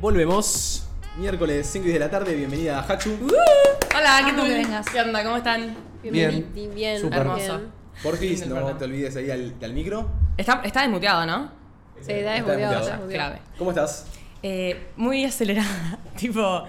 Volvemos. Miércoles 5 y 10 de la tarde. Bienvenida a Hachu. Uh, Hola, ¿qué Amo tal? que vengas. ¿Qué onda? ¿Cómo están? Bien. Bien, bien, Súper. Hermoso. bien. Porfis, no Perdón. te olvides ahí al, al micro. Está, está desmuteado, ¿no? Sí, da Está desbugueado, desmuteado. da desbugueado. Clave. ¿Cómo estás? Eh, muy acelerada. tipo,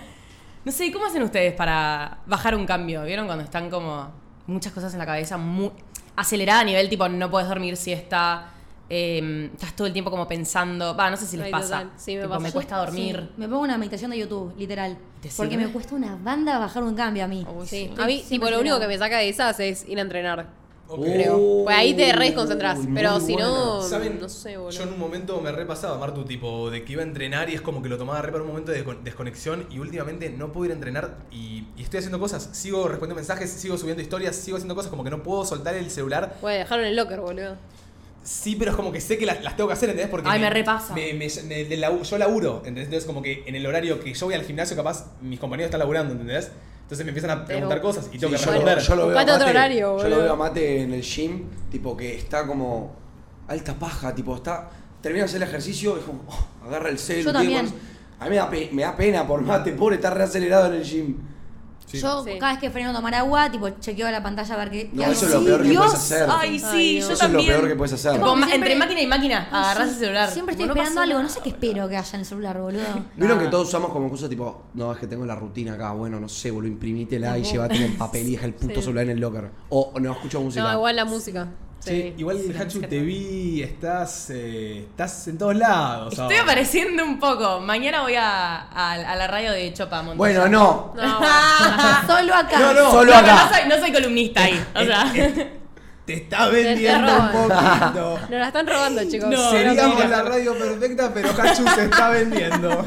no sé, ¿cómo hacen ustedes para bajar un cambio? ¿Vieron cuando están como muchas cosas en la cabeza? Muy acelerada a nivel tipo, no puedes dormir siesta. eh, estás todo el tiempo como pensando. Va, no sé si les Ay, pasa. total. Sí, me Tipo, pasa. me cuesta dormir. Sí, me pongo una meditación de YouTube, literal. ¿Te Porque sirve? me cuesta una banda bajar un cambio a mí. Uy, Sí, sí. a mí, Sí, tipo, me lo único queda. que me saca de esas es ir a entrenar. Ok. Creo. Pues ahí te re desconcentrás, Uy, pero muy si no, ¿Saben? no sé, boludo. Yo en un momento me repasaba, Martu, tipo, de que iba a entrenar y es como que lo tomaba re para un momento de descon- desconexión y últimamente no puedo ir a entrenar y, y estoy haciendo cosas, sigo respondiendo mensajes, sigo subiendo historias, sigo haciendo cosas como que no puedo soltar el celular. Voy a dejarlo en el locker, boludo. Sí, pero es como que sé que las, las tengo que hacer, ¿entendés? Porque Ay, me repasa. me- me- me- de labu- yo laburo, ¿entendés? Entonces como que en el horario que yo voy al gimnasio capaz mis compañeros están laburando, ¿entendés? Entonces me empiezan a preguntar cosas y tengo Sí, que yo- responder. lo- Buscate a otro Mate- horario, yo lo boludo. veo a Mate en el gym, tipo que está como alta paja, tipo está termina de hacer el ejercicio y es como oh, agarra el celu. Yo tiene también. cosas. A mí me da, pe- me da pena por Mate, pobre, está reacelerado en el gym. Yo Sí. cada vez que freno a tomar agua, tipo, chequeo la pantalla a ver qué. No, qué hago. eso es lo Sí, peor que Dios. puedes hacer. Ay, Ay, sí, Dios. yo eso es lo también. peor que puedes hacer. Tipo, Como que ma- siempre- entre máquina y máquina, No agarras sé, el celular. Siempre estoy No pasa esperando algo, no sé nada. qué espero que haya en el celular, boludo. Vieron Nah. que todos usamos como cosas tipo, no, es que tengo la rutina acá, bueno, no sé, boludo, imprimítela y Tampoco. llévatela en papel y deja el puto Sí. celular en el locker. O o no escucho música. No, igual la música. Sí. Che, igual, Sí, la Hachu, música te también. vi, estás, eh, estás en todos lados. Estoy ahora. apareciendo un poco. Mañana voy a, a- a la radio de Chopa Montoya. Bueno, no. No, Solo acá. No, no. No, Solo pero acá. no soy, no soy columnista ahí. O sea, Te está vendiendo vendiendo Te un está un poquito. nos la están robando, chicos. No, Seríamos mentira. la radio perfecta, pero Hachu se está vendiendo.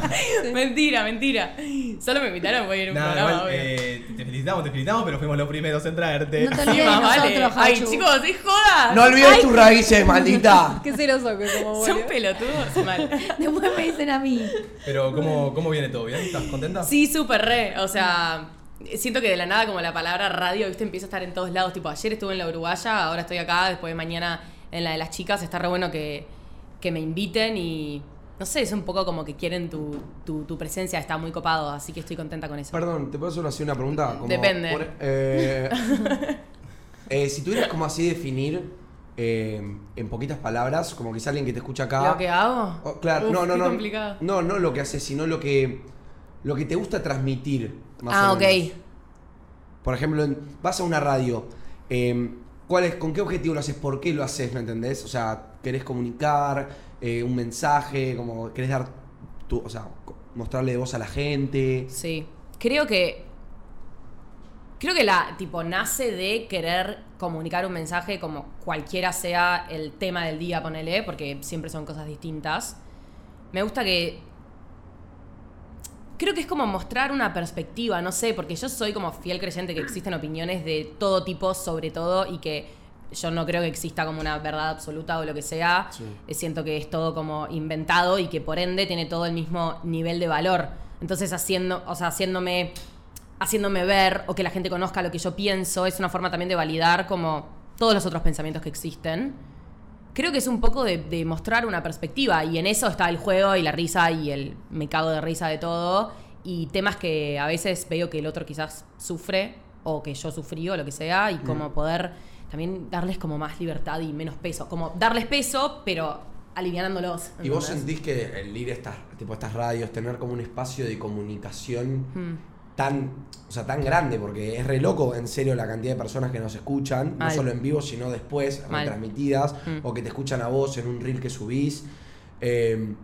mentira, mentira. Solo me invitaron, voy a ir a un Nada, programa. igual, obvio. eh, te felicitamos, te felicitamos, pero fuimos los primeros en traerte. No te Sí, olvides de más vale. nosotros, Ay, Hachu. chicos, es joda. No olvides tus raíces, maldita. Qué celoso que como Son boludo. pelotudos, mal. Después me dicen a mí. Pero, ¿cómo, ¿cómo viene todo? ¿Bien? ¿Estás contenta? Sí, súper re. O sea, siento que de la nada como la palabra radio, viste, empieza a estar en todos lados. Tipo, ayer estuve en la Uruguaya, ahora estoy acá, después de mañana en la de las chicas. Está re bueno que, que me inviten y... No sé, es un poco como que quieren tu, tu, tu presencia, está muy copado, así que estoy contenta con eso. Perdón, ¿te puedo hacer así una pregunta? Como, Depende. por- eh, eh, si tuvieras como así definir eh, en poquitas palabras, como quizá alguien que te escucha acá. ¿Lo que hago? Oh, claro, Uf, no, no, qué no. complicado. No, no lo que haces, sino lo que lo que te gusta transmitir. Más ah, o ok. menos. Por ejemplo, en- vas a una radio. eh, ¿cuál es, ¿Con qué objetivo lo haces? ¿Por qué lo haces? ¿Me entendés? O sea, ¿querés comunicar eh, un mensaje? Como, ¿Querés dar tu, o sea, co- mostrarle de voz a la gente? Sí. Creo que. Creo que la, tipo, nace de querer comunicar un mensaje como cualquiera sea el tema del día, ponele, porque siempre son cosas distintas. Me gusta que. Creo que es como mostrar una perspectiva, no sé, porque yo soy como fiel creyente que existen opiniones de todo tipo, sobre todo, y que yo no creo que exista como una verdad absoluta o lo que sea. Eh, Siento que es todo como inventado y que por ende tiene todo el mismo nivel de valor. Entonces, haciendo, o sea, haciéndome, haciéndome ver o que la gente conozca lo que yo pienso es una forma también de validar como todos los otros pensamientos que existen creo que es un poco de, de mostrar una perspectiva y en eso está el juego y la risa y el me cago de risa de todo y temas que a veces veo que el otro quizás sufre o que yo sufrí o lo que sea y como poder también darles como más libertad y menos peso, como darles peso pero aliviándolos. ¿Y vos ¿entendés? sentís que el ir a estas, tipo, a estas radios, tener como un espacio de comunicación Hmm. tan, o sea, tan grande? Porque es re loco, en serio, la cantidad de personas que nos escuchan, Mal. no solo en vivo, sino después, Mal. retransmitidas, Mm. o que te escuchan a vos en un reel que subís. Eh,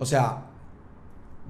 o sea,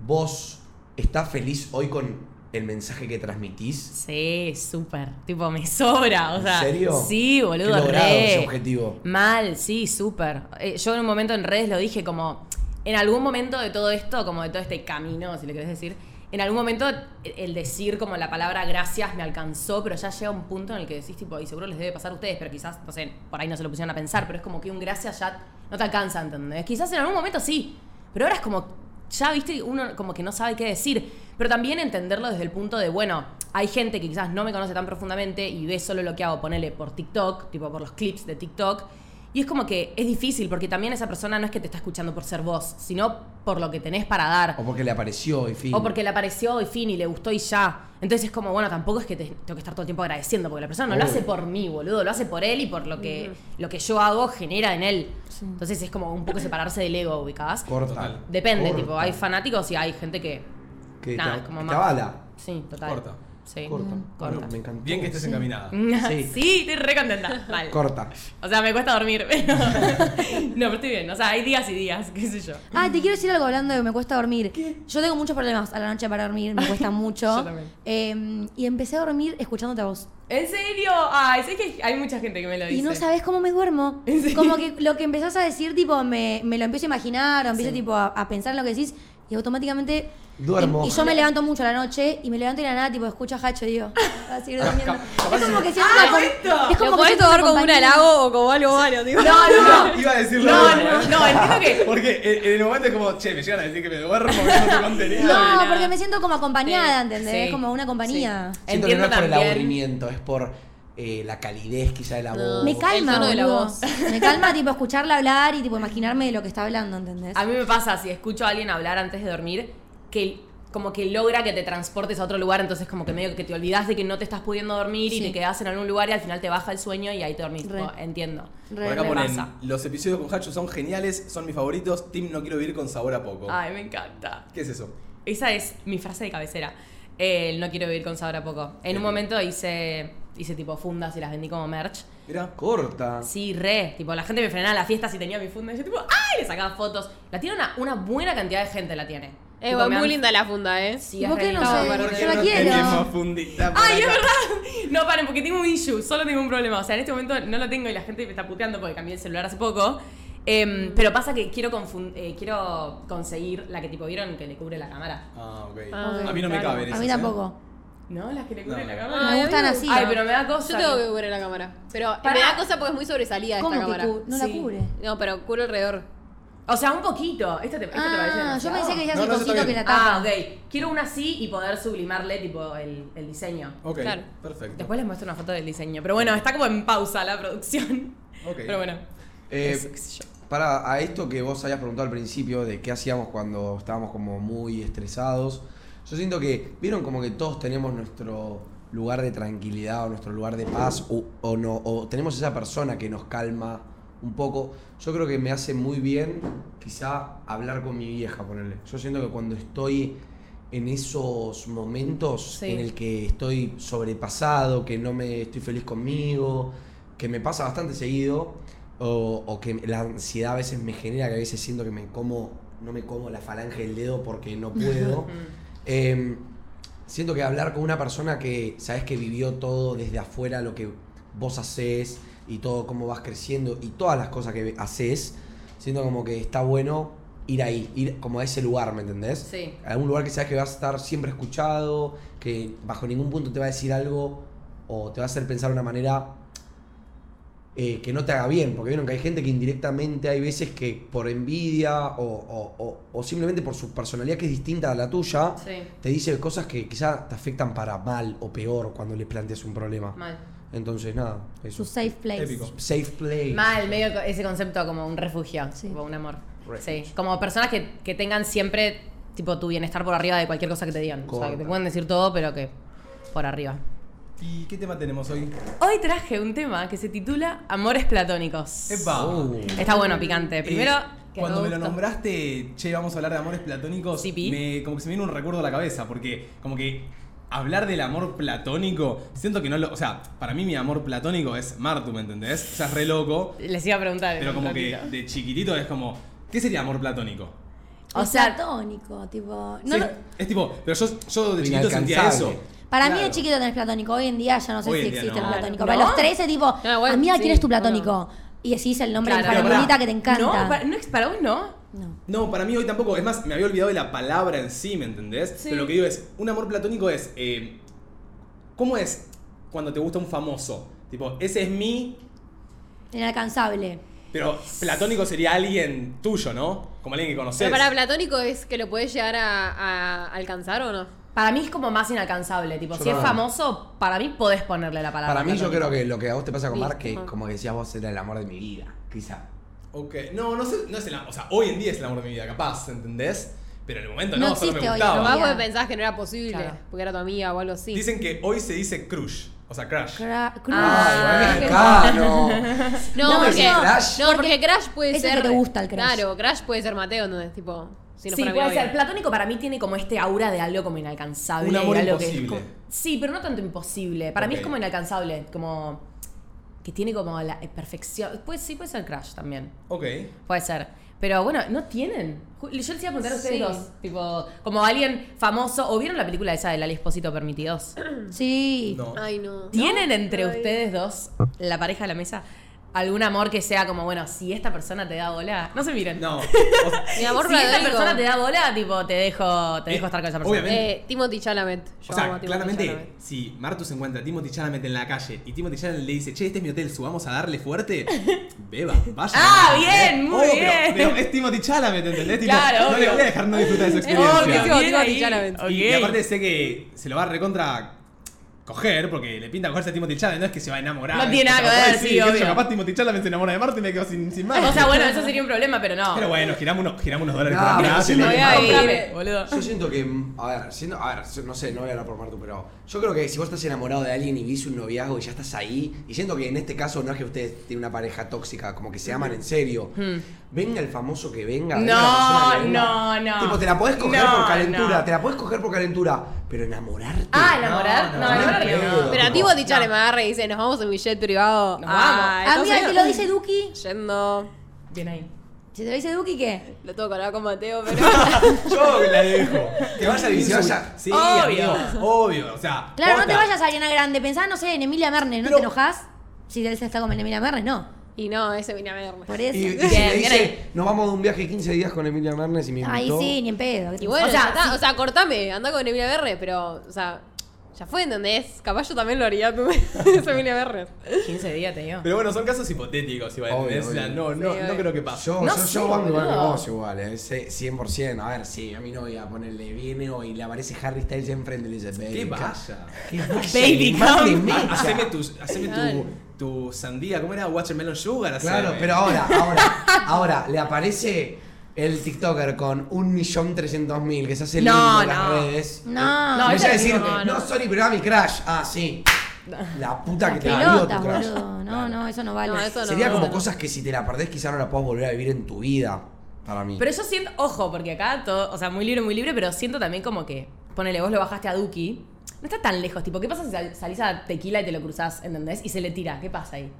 ¿vos estás feliz hoy con el mensaje que transmitís? Sí, súper. Tipo, me sobra. O ¿En sea, serio? Sí, ¿Qué boludo. logrado re. ese objetivo? Mal, sí, súper. Eh, yo en un momento en redes lo dije como, en algún momento de todo esto, como de todo este camino, si le querés decir, en algún momento el- el decir como la palabra gracias me alcanzó, pero ya llega un punto en el que decís tipo, y seguro les debe pasar a ustedes, pero quizás, no sé, por ahí no se lo pusieron a pensar, pero es como que un gracias ya no te alcanza, ¿entendés? Quizás en algún momento sí, pero ahora es como, ya viste, uno como que no sabe qué decir, pero también entenderlo desde el punto de, bueno, hay gente que quizás no me conoce tan profundamente y ve solo lo que hago, ponele por TikTok, tipo por los clips de TikTok, Y es como que es difícil porque también esa persona no es que te está escuchando por ser vos, sino por lo que tenés para dar. O porque le apareció, y fin. O porque le apareció y fin y le gustó y ya. Entonces es como, bueno, tampoco es que te- tengo que estar todo el tiempo agradeciendo, porque la persona no lo Obvio. hace por mí, boludo, lo hace por él y por lo que, lo que yo hago genera en él. Entonces es como un poco separarse del ego, ubicás. Corta. Total. Depende, Corta. tipo, hay fanáticos y hay gente que. Que nada, te- es como te más- avala. Sí, total. Corta. Sí. Mm, Corta. Corta. Bueno, me encantó. Bien que estés encaminada. Mm. Sí, estoy re contenta. Mal. Corta. O sea, me cuesta dormir, pero. no, pero estoy bien. O sea, hay días y días, qué sé yo. Ah, te quiero decir algo hablando de me cuesta dormir. Yo tengo muchos problemas a la noche para dormir, me cuesta mucho. yo también. Eh, y empecé a dormir escuchándote a vos. ¿En serio? Ay, sé que hay mucha gente que me lo dice. Y no sabes cómo me duermo. ¿En serio? Como que lo que empezás a decir, tipo, me, me lo empiezo a imaginar, o empiezo Sí. tipo a, a pensar en lo que decís, y automáticamente. Duermo. Y, y yo me levanto mucho a la noche y me levanto y la nada, tipo, escucho a Hacho y digo, va a Ah, seguir durmiendo. capaz es como que siento ¡Ah, una com- esto! Es Lo como que podés siento tomar una como un compañía. halago o como algo malo, digo. No, no, no. Iba a decirlo. No, no, no, eh. entiendo que. Porque en- en el momento es como, che, me llegan a decir que me duermo, que no tengo contenido. No, no. porque me siento como acompañada, Sí, ¿entendés? sí, Es como una compañía. sí. Siento que Entiendo no es por el también. aburrimiento, es por eh, la calidez quizá de la voz. Me calma, tono de la boludo. voz. Me calma, tipo, escucharla hablar y, tipo, imaginarme de lo que está hablando, ¿entendés? A mí me pasa, si escucho a alguien hablar antes de dormir, que como que logra que te transportes a otro lugar, entonces como que medio que te olvidas de que no te estás pudiendo dormir y Sí. te quedás en algún lugar y al final te baja el sueño y ahí te dormís. Re. Tipo, entiendo. Por Re, acá re. pone- ponen, pasa. los episodios con Hachu son geniales, son mis favoritos. Tim, no quiero vivir con sabor a poco. Ay, me encanta. Oh. ¿Qué es eso? Esa es mi frase de cabecera. El no quiero vivir con sabor a poco. En un momento hice, hice tipo fundas y las vendí como merch. Mira, Corta. Sí, re. Tipo, la gente me frenaba a la fiesta si tenía mi funda. Y yo tipo, ¡ay! Le sacaba fotos. La tiene una, una buena cantidad de gente, la tiene. Eh, Tipo, bueno, me muy han- linda la funda, ¿eh? Sí, ¿Y es por qué re no linda. sé? ¿por qué yo la no quiero. tenemos fundita? por Ay, es acá? verdad. No, paren, porque tengo un issue, solo tengo un problema. O sea, en este momento no lo tengo y la gente me está puteando porque cambié el celular hace poco. Em, pero pasa que quiero, confun- eh, quiero conseguir la que tipo vieron que le cubre la cámara. Ah, ok. Ah, a mí no me claro. cabe en A esas, mí ¿eh? tampoco. ¿No? Las que le cubren No. la cámara. Ay, a mí gustan me así. gusta. Ay, pero me da cosa. Ah, Yo tengo que cubrir la cámara. Pero eh, Pará. me da cosa porque es muy sobresalida esta ¿Cómo que cámara. cu- no la Sí. cubre? No, pero cubro alrededor. O sea, un poquito. Esta te, esta te parece Ah, yo demasiado? pensé que ya No, hace no, eso está cosito que bien. la tapa. Ah, ok. Quiero una así y poder sublimarle tipo el, el diseño. Ok, Claro. perfecto. Después les muestro una foto del diseño. Pero bueno, está como en pausa la producción. Ok. Pero bueno. Eh, eso, qué sé yo. Para a esto que vos habías preguntado al principio de qué hacíamos cuando estábamos como muy estresados, yo siento que, vieron como que todos tenemos nuestro lugar de tranquilidad o nuestro lugar de paz o, o no, o tenemos esa persona que nos calma un poco. Yo creo que me hace muy bien quizá hablar con mi vieja, ponerle. Yo siento que cuando estoy en esos momentos Sí. en el que estoy sobrepasado, que no me estoy feliz conmigo, que me pasa bastante seguido, o, o que la ansiedad a veces me genera, que a veces siento que me como, no me como la falange del dedo porque no puedo. Mm, Em, siento que hablar con una persona que sabes que vivió todo desde afuera, lo que vos haces y todo cómo vas creciendo y todas las cosas que haces, siento como que está bueno ir ahí, ir como a ese lugar, ¿me entendés? Sí. A un lugar que sabes que vas a estar siempre escuchado, que bajo ningún punto te va a decir algo o te va a hacer pensar de una manera eh, que no te haga bien, porque vieron que hay gente que indirectamente hay veces que por envidia o, o- o- o simplemente por su personalidad que es distinta a la tuya, Sí. te dice cosas que quizá te afectan para mal o peor cuando les planteas un problema. Mal. Entonces, nada, Su eso. safe place. Épico. Safe play. Mal, medio co- ese concepto como un refugio, Sí. como un amor. Refuge. Sí, como personas que, que tengan siempre tipo tu bienestar por arriba de cualquier cosa que te digan. O sea, que te Corta. pueden decir todo, pero que por arriba. ¿Y qué tema tenemos hoy? Hoy traje un tema que se titula Amores platónicos. ¡Epa! Oh. Está bueno, picante. Eh, Primero, que cuando me lo gustó. nombraste, che, vamos a hablar de amores platónicos, Sí, pi. me, como que se me vino un recuerdo a la cabeza, porque como que hablar del amor platónico, siento que no lo... O sea, para mí mi amor platónico es Martu, ¿me entendés? O sea, es re loco, les iba a preguntar. en pero un como que ratito. de chiquitito es como, ¿qué sería amor platónico? O O sea- sea, platónico, tipo. No, Sí, lo- Es tipo, pero yo, yo de chiquito sentía eso. Inalcanzable. Para mí Claro. de chiquito tenés platónico. Hoy en día ya no sé Hoy en si día existe no. el platónico. ¿No? Para los 13, tipo, No, bueno, amiga, sí, ¿quién es tu ¿o no? platónico? Y decís el nombre Claro, de la pero bonita pará. que te encanta. No, para, no, para vos no. No. No, para mí hoy tampoco. Es más, me había olvidado de la palabra en sí, ¿me entendés? Sí. Pero lo que digo es, un amor platónico es, eh, ¿cómo es cuando te gusta un famoso? Tipo, ese es mi, Inalcanzable. pero platónico sería alguien tuyo, ¿no? Como alguien que conoces. Pero para platónico es que lo puedes llegar a, a alcanzar o no. Para mí es como más inalcanzable. Tipo, Yo si es no. famoso, para mí podés ponerle la palabra. Para mí yo platónico. creo que lo que a vos te pasa con Listo, Mar, que ajá. como que decías vos era el amor de mi vida. Quizá. Ok, no, no, sé, no es el amor. O sea, hoy en día es el amor de mi vida, capaz, ¿entendés? Pero en el momento no, No solo me existe hoy, gustaba. no va- Capaz vos Claro. pensabas que no era posible, Claro. porque era tu amiga o algo así. Dicen que hoy se dice crush, o sea, crash. Cra- Crush. Ah, Ay, acá, no. No, No, porque, no, Crash. no, porque Crash puede es el ser. que te gusta, el Crash. Claro, Crash puede ser Mateo, ¿no? Es tipo. Si no sí, fuera mi puede novio. ser. Platónico para mí tiene como este aura de algo como inalcanzable. Un amor de algo imposible. Que es como- Sí, pero no tanto imposible. Para mí Ok. es como inalcanzable, como que tiene como la perfección. Pues sí, puede ser Crash también. Ok. Puede ser. Pero bueno, no tienen. Ju- Yo les iba a preguntar a ustedes Sí. dos. Tipo, como alguien famoso. ¿O vieron la película esa de Lali Esposito Permitidos? Sí. No. Ay, no. ¿Tienen entre Ay. ustedes dos, la pareja de la mesa, algún amor que sea como, bueno, si esta persona te da bola? No se miren. No. o sea, Mi amor si esta platónico. persona te da bola, tipo, te dejo, te dejo estar con esa persona. obviamente. Eh, Timothy Chalamet. o sea, Yo amo a Timothée claramente, Chalamet. si Martu se encuentra a Timothy Chalamet en la calle y Timothy Chalamet le dice, che, este es mi hotel, subamos a darle fuerte, beba, vaya. Ah, ¿entendés? bien, muy Obvio, bien. Pero es Timothy Chalamet, ¿entendés? Tipo, Claro, no le obvio. voy a dejar no disfrutar de su experiencia. Obvio, Timothy bien ahí. Chalamet. Ok. Y, y aparte sé que se lo va a recontra coger, porque le pinta cogerse a Timothy Chalamet, no es que se va a enamorar. No es tiene nada como, que ver, "Ay, sí, qué sé yo, obvio. Capaz Timothy Chalamet se enamora de Marta y me quedo sin, sin Marta. O sea, bueno, eso sería un problema, pero no. Pero bueno, giramos unos, giramos unos dólares No, por pero acá, sí se le- me voy a ir. Dame, boludo. Yo siento que, mm, a ver, siendo, a ver, yo no sé, no voy a hablar por Martu, pero yo creo que si vos estás enamorado de alguien y viste un noviazgo y ya estás ahí, y siento que en este caso no es que ustedes tienen una pareja tóxica, como que se aman en serio. Venga el famoso que venga. venga Hmm. No, la persona que venga. no, no. Tipo, te la podés coger No, por calentura, no. te la podés coger por calentura, pero enamorarte. Ah, No, enamorar. No, no, enamorar no, no. no. Pero a No. Timothy Chalamet agarra y dice: Nos vamos en un jet privado. Nos vamos. Ah, mira, entonces- te lo dice Duki. Yendo. Bien ahí. Si te lo dice Duki, ¿qué? Lo tengo que hablar con Mateo, pero. Yo la dejo. Que vaya a división. Se vaya. Sí, Obvio. amigo, obvio. O sea, Claro, no posta. te vayas a Ariana Grande. Pensá, no sé, en Emilia Merne. ¿No Pero- te enojás? Si él está como en Emilia Merne, no. y no, ese vine a verme. Por Y, eso. y si Bien, me bien dice, ahí. nos vamos de un viaje 15 días con Emilia Mernes y me invitó. Ahí sí, ni en pedo. ¿qué te Y bueno, O o sea, sea, o sea, cortame, anda con Emilia Berre, pero, o sea, ya fue, ¿entendés? Capaz yo también lo haría, tú, esa Emilia Berre. 15 días te digo. Pero bueno, son casos hipotéticos, igual. Obvio, ¿entendés? O sea, obvio. no, no, Sí, no obvio. creo que pase. Yo, No yo, sé, yo banco igual que boludo. vos igual, eh, se- 100%. A ver, sí, a mi novia, ponerle viene hoy, le aparece Harry Styles enfrente y le dice, baby. ¿Qué come". vaya? ¿Qué vaya? Baby, Mate come. mecha. Ha- Ah, Haceme tu, haceme Claro. tu, tu sandía, ¿cómo era? Watermelon Sugar. haceme. Claro, pero ahora, ahora, ahora, le aparece el TikToker con 1.300.000 que se hace No, lindo en las no. redes. No. Me No, empieza a ese- decir, no, no, no. sorry, pero era mi crush. Ah, sí. La puta que te parió Pelotas, tu crush. boludo. No, no, eso no vale. No, eso no. Sería como no. cosas que si te la perdés quizá no la podés volver a vivir en tu vida, para mí. Pero yo siento, ojo, porque acá todo, o sea, muy libre, muy libre, pero siento también como que, ponele, vos lo bajaste a Duki, no está tan lejos, tipo, ¿qué pasa si sal- salís a tequila y te lo cruzás, ¿entendés? Y se le tira, ¿qué pasa ahí?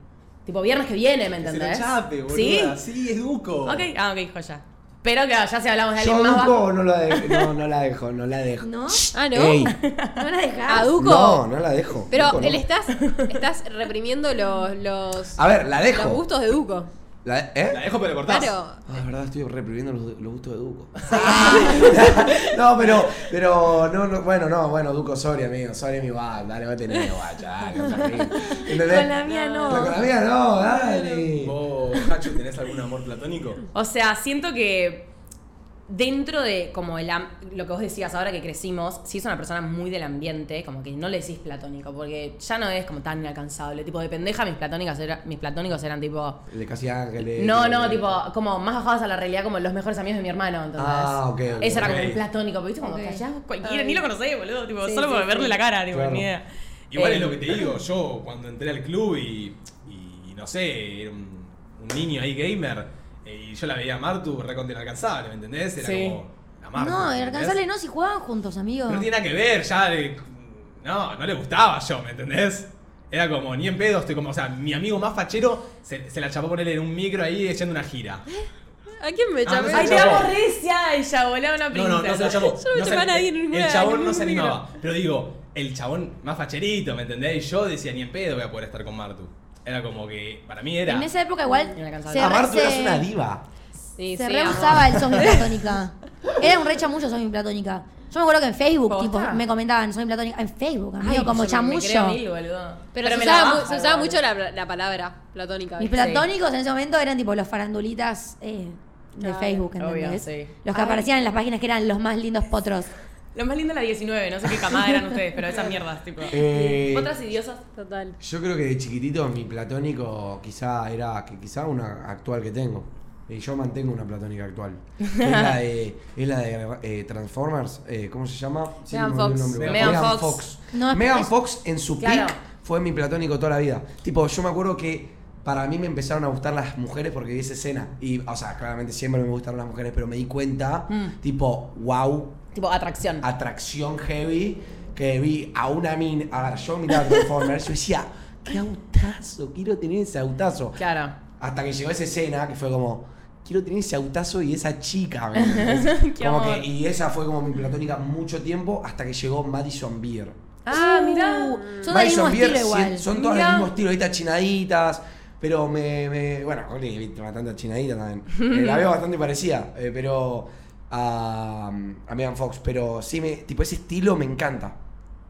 Tipo, viernes que viene, ¿me Que Se lo entendés? chape, ¿Sí? boluda. Sí, es duco. Ok, ah, ok, joya. Pero claro, ya si hablamos de Yo alguien más bajo. Duco no la, de- no, no la dejo, no la dejo. ¿No? Ah, ¿no? Ey, ¿No la dejás? ¿A Duco? no, no la dejo. pero Duco no. él estás, estás reprimiendo los, los, A ver, la los dejo. gustos de Duco. La, La ¿Eh? dejo, pero cortás. Claro. Ah, es verdad, estoy reprimiendo los, los gustos de Duco. Ah, no, pero, pero, no, no, bueno, no, bueno, Duco, sorry, amigo, sorry, mi guay, dale, va a tener guacha, dale, sorry. ¿entendés? Con la mía no. Pero con la mía no, dale. ¿Vos, Hachu, tenés algún amor platónico? O sea, siento que dentro de como el am- lo que vos decías ahora que crecimos, si es una persona muy del ambiente, como que no le decís platónico, porque ya no es como tan inalcanzable. Tipo, de pendeja mis platónicas era- mis platónicos eran tipo. El de Casi Ángeles. No, el no, Eh, de- tipo, como más bajadas a la realidad, como los mejores amigos de mi hermano, entonces. Ah, ok, ok, Eso era ok. como un platónico, pero viste como Ok. callás cualquiera, ni lo conocés, boludo, tipo, Sí, solo sí, por sí. verle la cara, tipo, Claro. ni idea. Igual Eh, es lo que te digo, yo cuando entré al club y, y no sé, era un, un niño ahí gamer, eh, y yo la veía a Martu recontra inalcanzable, ¿me entendés? Era Sí. como la Martu. No, ¿me alcanzarle no, si jugaban juntos, amigos. entendés? No tiene nada que ver, ya de- no, no le gustaba yo, ¿me entendés? Era como, ni en pedo, estoy como, o sea, mi amigo más fachero se, se la chapó ponerle en un micro ahí yendo a una gira. ¿A quién me Ah, llamé? no Ay, se te chapó. amo recia ella, boludo, una No, princesa. no, no se la chapó. Yo no me se- chapé a nadie en ninguna- El chabón en no se ningún micro. animaba. Pero digo, el chabón más facherito, ¿me entendés? Y yo decía, ni en pedo voy a poder estar con Martu. Era como que, para mí era. En esa época igual Inalcanzable. se, Ah, re- Martu, eras se- una diva. Sí, se sí, re amor. usaba el soy mi platónica. Era un re chamullo soy mi platónica. Yo me acuerdo que en Facebook, ¿Posta? tipo, me comentaban soy mi platónica. En Facebook, amigo, Ay, como yo me- me creo chamullo. mil, boludo. Pero, se, me usaba, la mu- baja, se usaba boludo. mucho la, la palabra platónica. Mis ¿viste? platónicos en ese momento eran tipo los farandulitas eh, de Claro. Facebook, Obvio, ¿entendés? sí. Los que aparecían en las páginas que eran los más lindos potros. Lo más lindo es la 19, no sé qué camada eran ustedes, pero esas mierdas, tipo. Eh, Otras idiosas. Total. Yo creo que de chiquitito mi platónico quizá era que quizá una actual que tengo. Y yo mantengo una platónica actual. que es la de, es la de eh, Transformers, eh, ¿cómo se llama? Megan me olvidé el Fox. nombre. Megan Megan Fox. Fox. No, es- Megan es- Fox en su Claro. peak fue mi platónico toda la vida. Tipo, yo me acuerdo que para mí me empezaron a gustar las mujeres porque vi esa escena. Y, o sea, claramente siempre me gustaron las mujeres, pero me di cuenta, Mm. tipo, wow, Tipo, atracción. Ah. atracción heavy que vi a una mina. A ver, yo miraba Transformers yo decía, qué autazo, quiero tener ese autazo. Claro. Hasta que llegó esa escena que fue como, quiero tener ese autazo y esa chica. ¿me entendés? Qué como amor. que, y esa fue como mi platónica mucho tiempo hasta que llegó Madison Beer. Ah, mirá. Uh, son del mismo Beer estilo si- igual. son todas del Mirá. mismo estilo, ahorita chinaditas. Pero me, me- Bueno, Oli, viste, bastante chinadita también. Eh, la veo bastante parecida, eh, pero. A, a Megan Fox. Pero sí, me, tipo, ese estilo me encanta.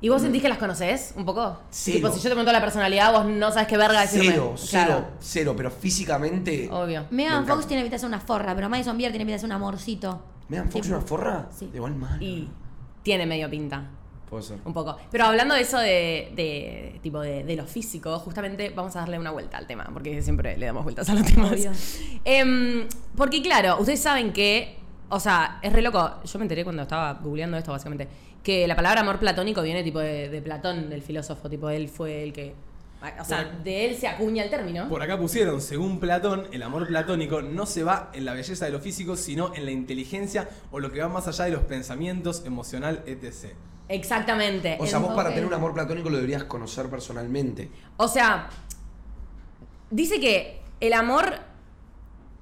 ¿Y vos sentís que las conocés un poco? Cero. Tipo, si yo te pregunto la personalidad, vos no sabes qué verga decirme. Cero, cero, cero. Pero físicamente. Claro, obvio. Megan Me Fox encanta. tiene pinta de ser una forra, pero Madison Beer tiene pinta de ser un amorcito. ¿Megan Fox es Tipo- una forra? Sí. Igual mal. Y tiene medio pinta. Puede ser. Un poco. Pero hablando de eso de, de- tipo de, de lo físico, justamente vamos a darle una vuelta al tema, porque siempre le damos vueltas a los temas. Obvio. Em, porque claro, ustedes saben que, o sea, es re loco, yo me enteré cuando estaba googleando esto básicamente, que la palabra amor platónico viene tipo de, de Platón, del filósofo, tipo él fue el que, o sea, Por- de él se acuña el término. Por acá pusieron, según Platón, el amor platónico no se va en la belleza de lo físico, sino en la inteligencia o lo que va más allá de los pensamientos, emocional, etc. Exactamente. O sea, vos para Ok. tener un amor platónico lo deberías conocer personalmente. O sea, dice que el amor,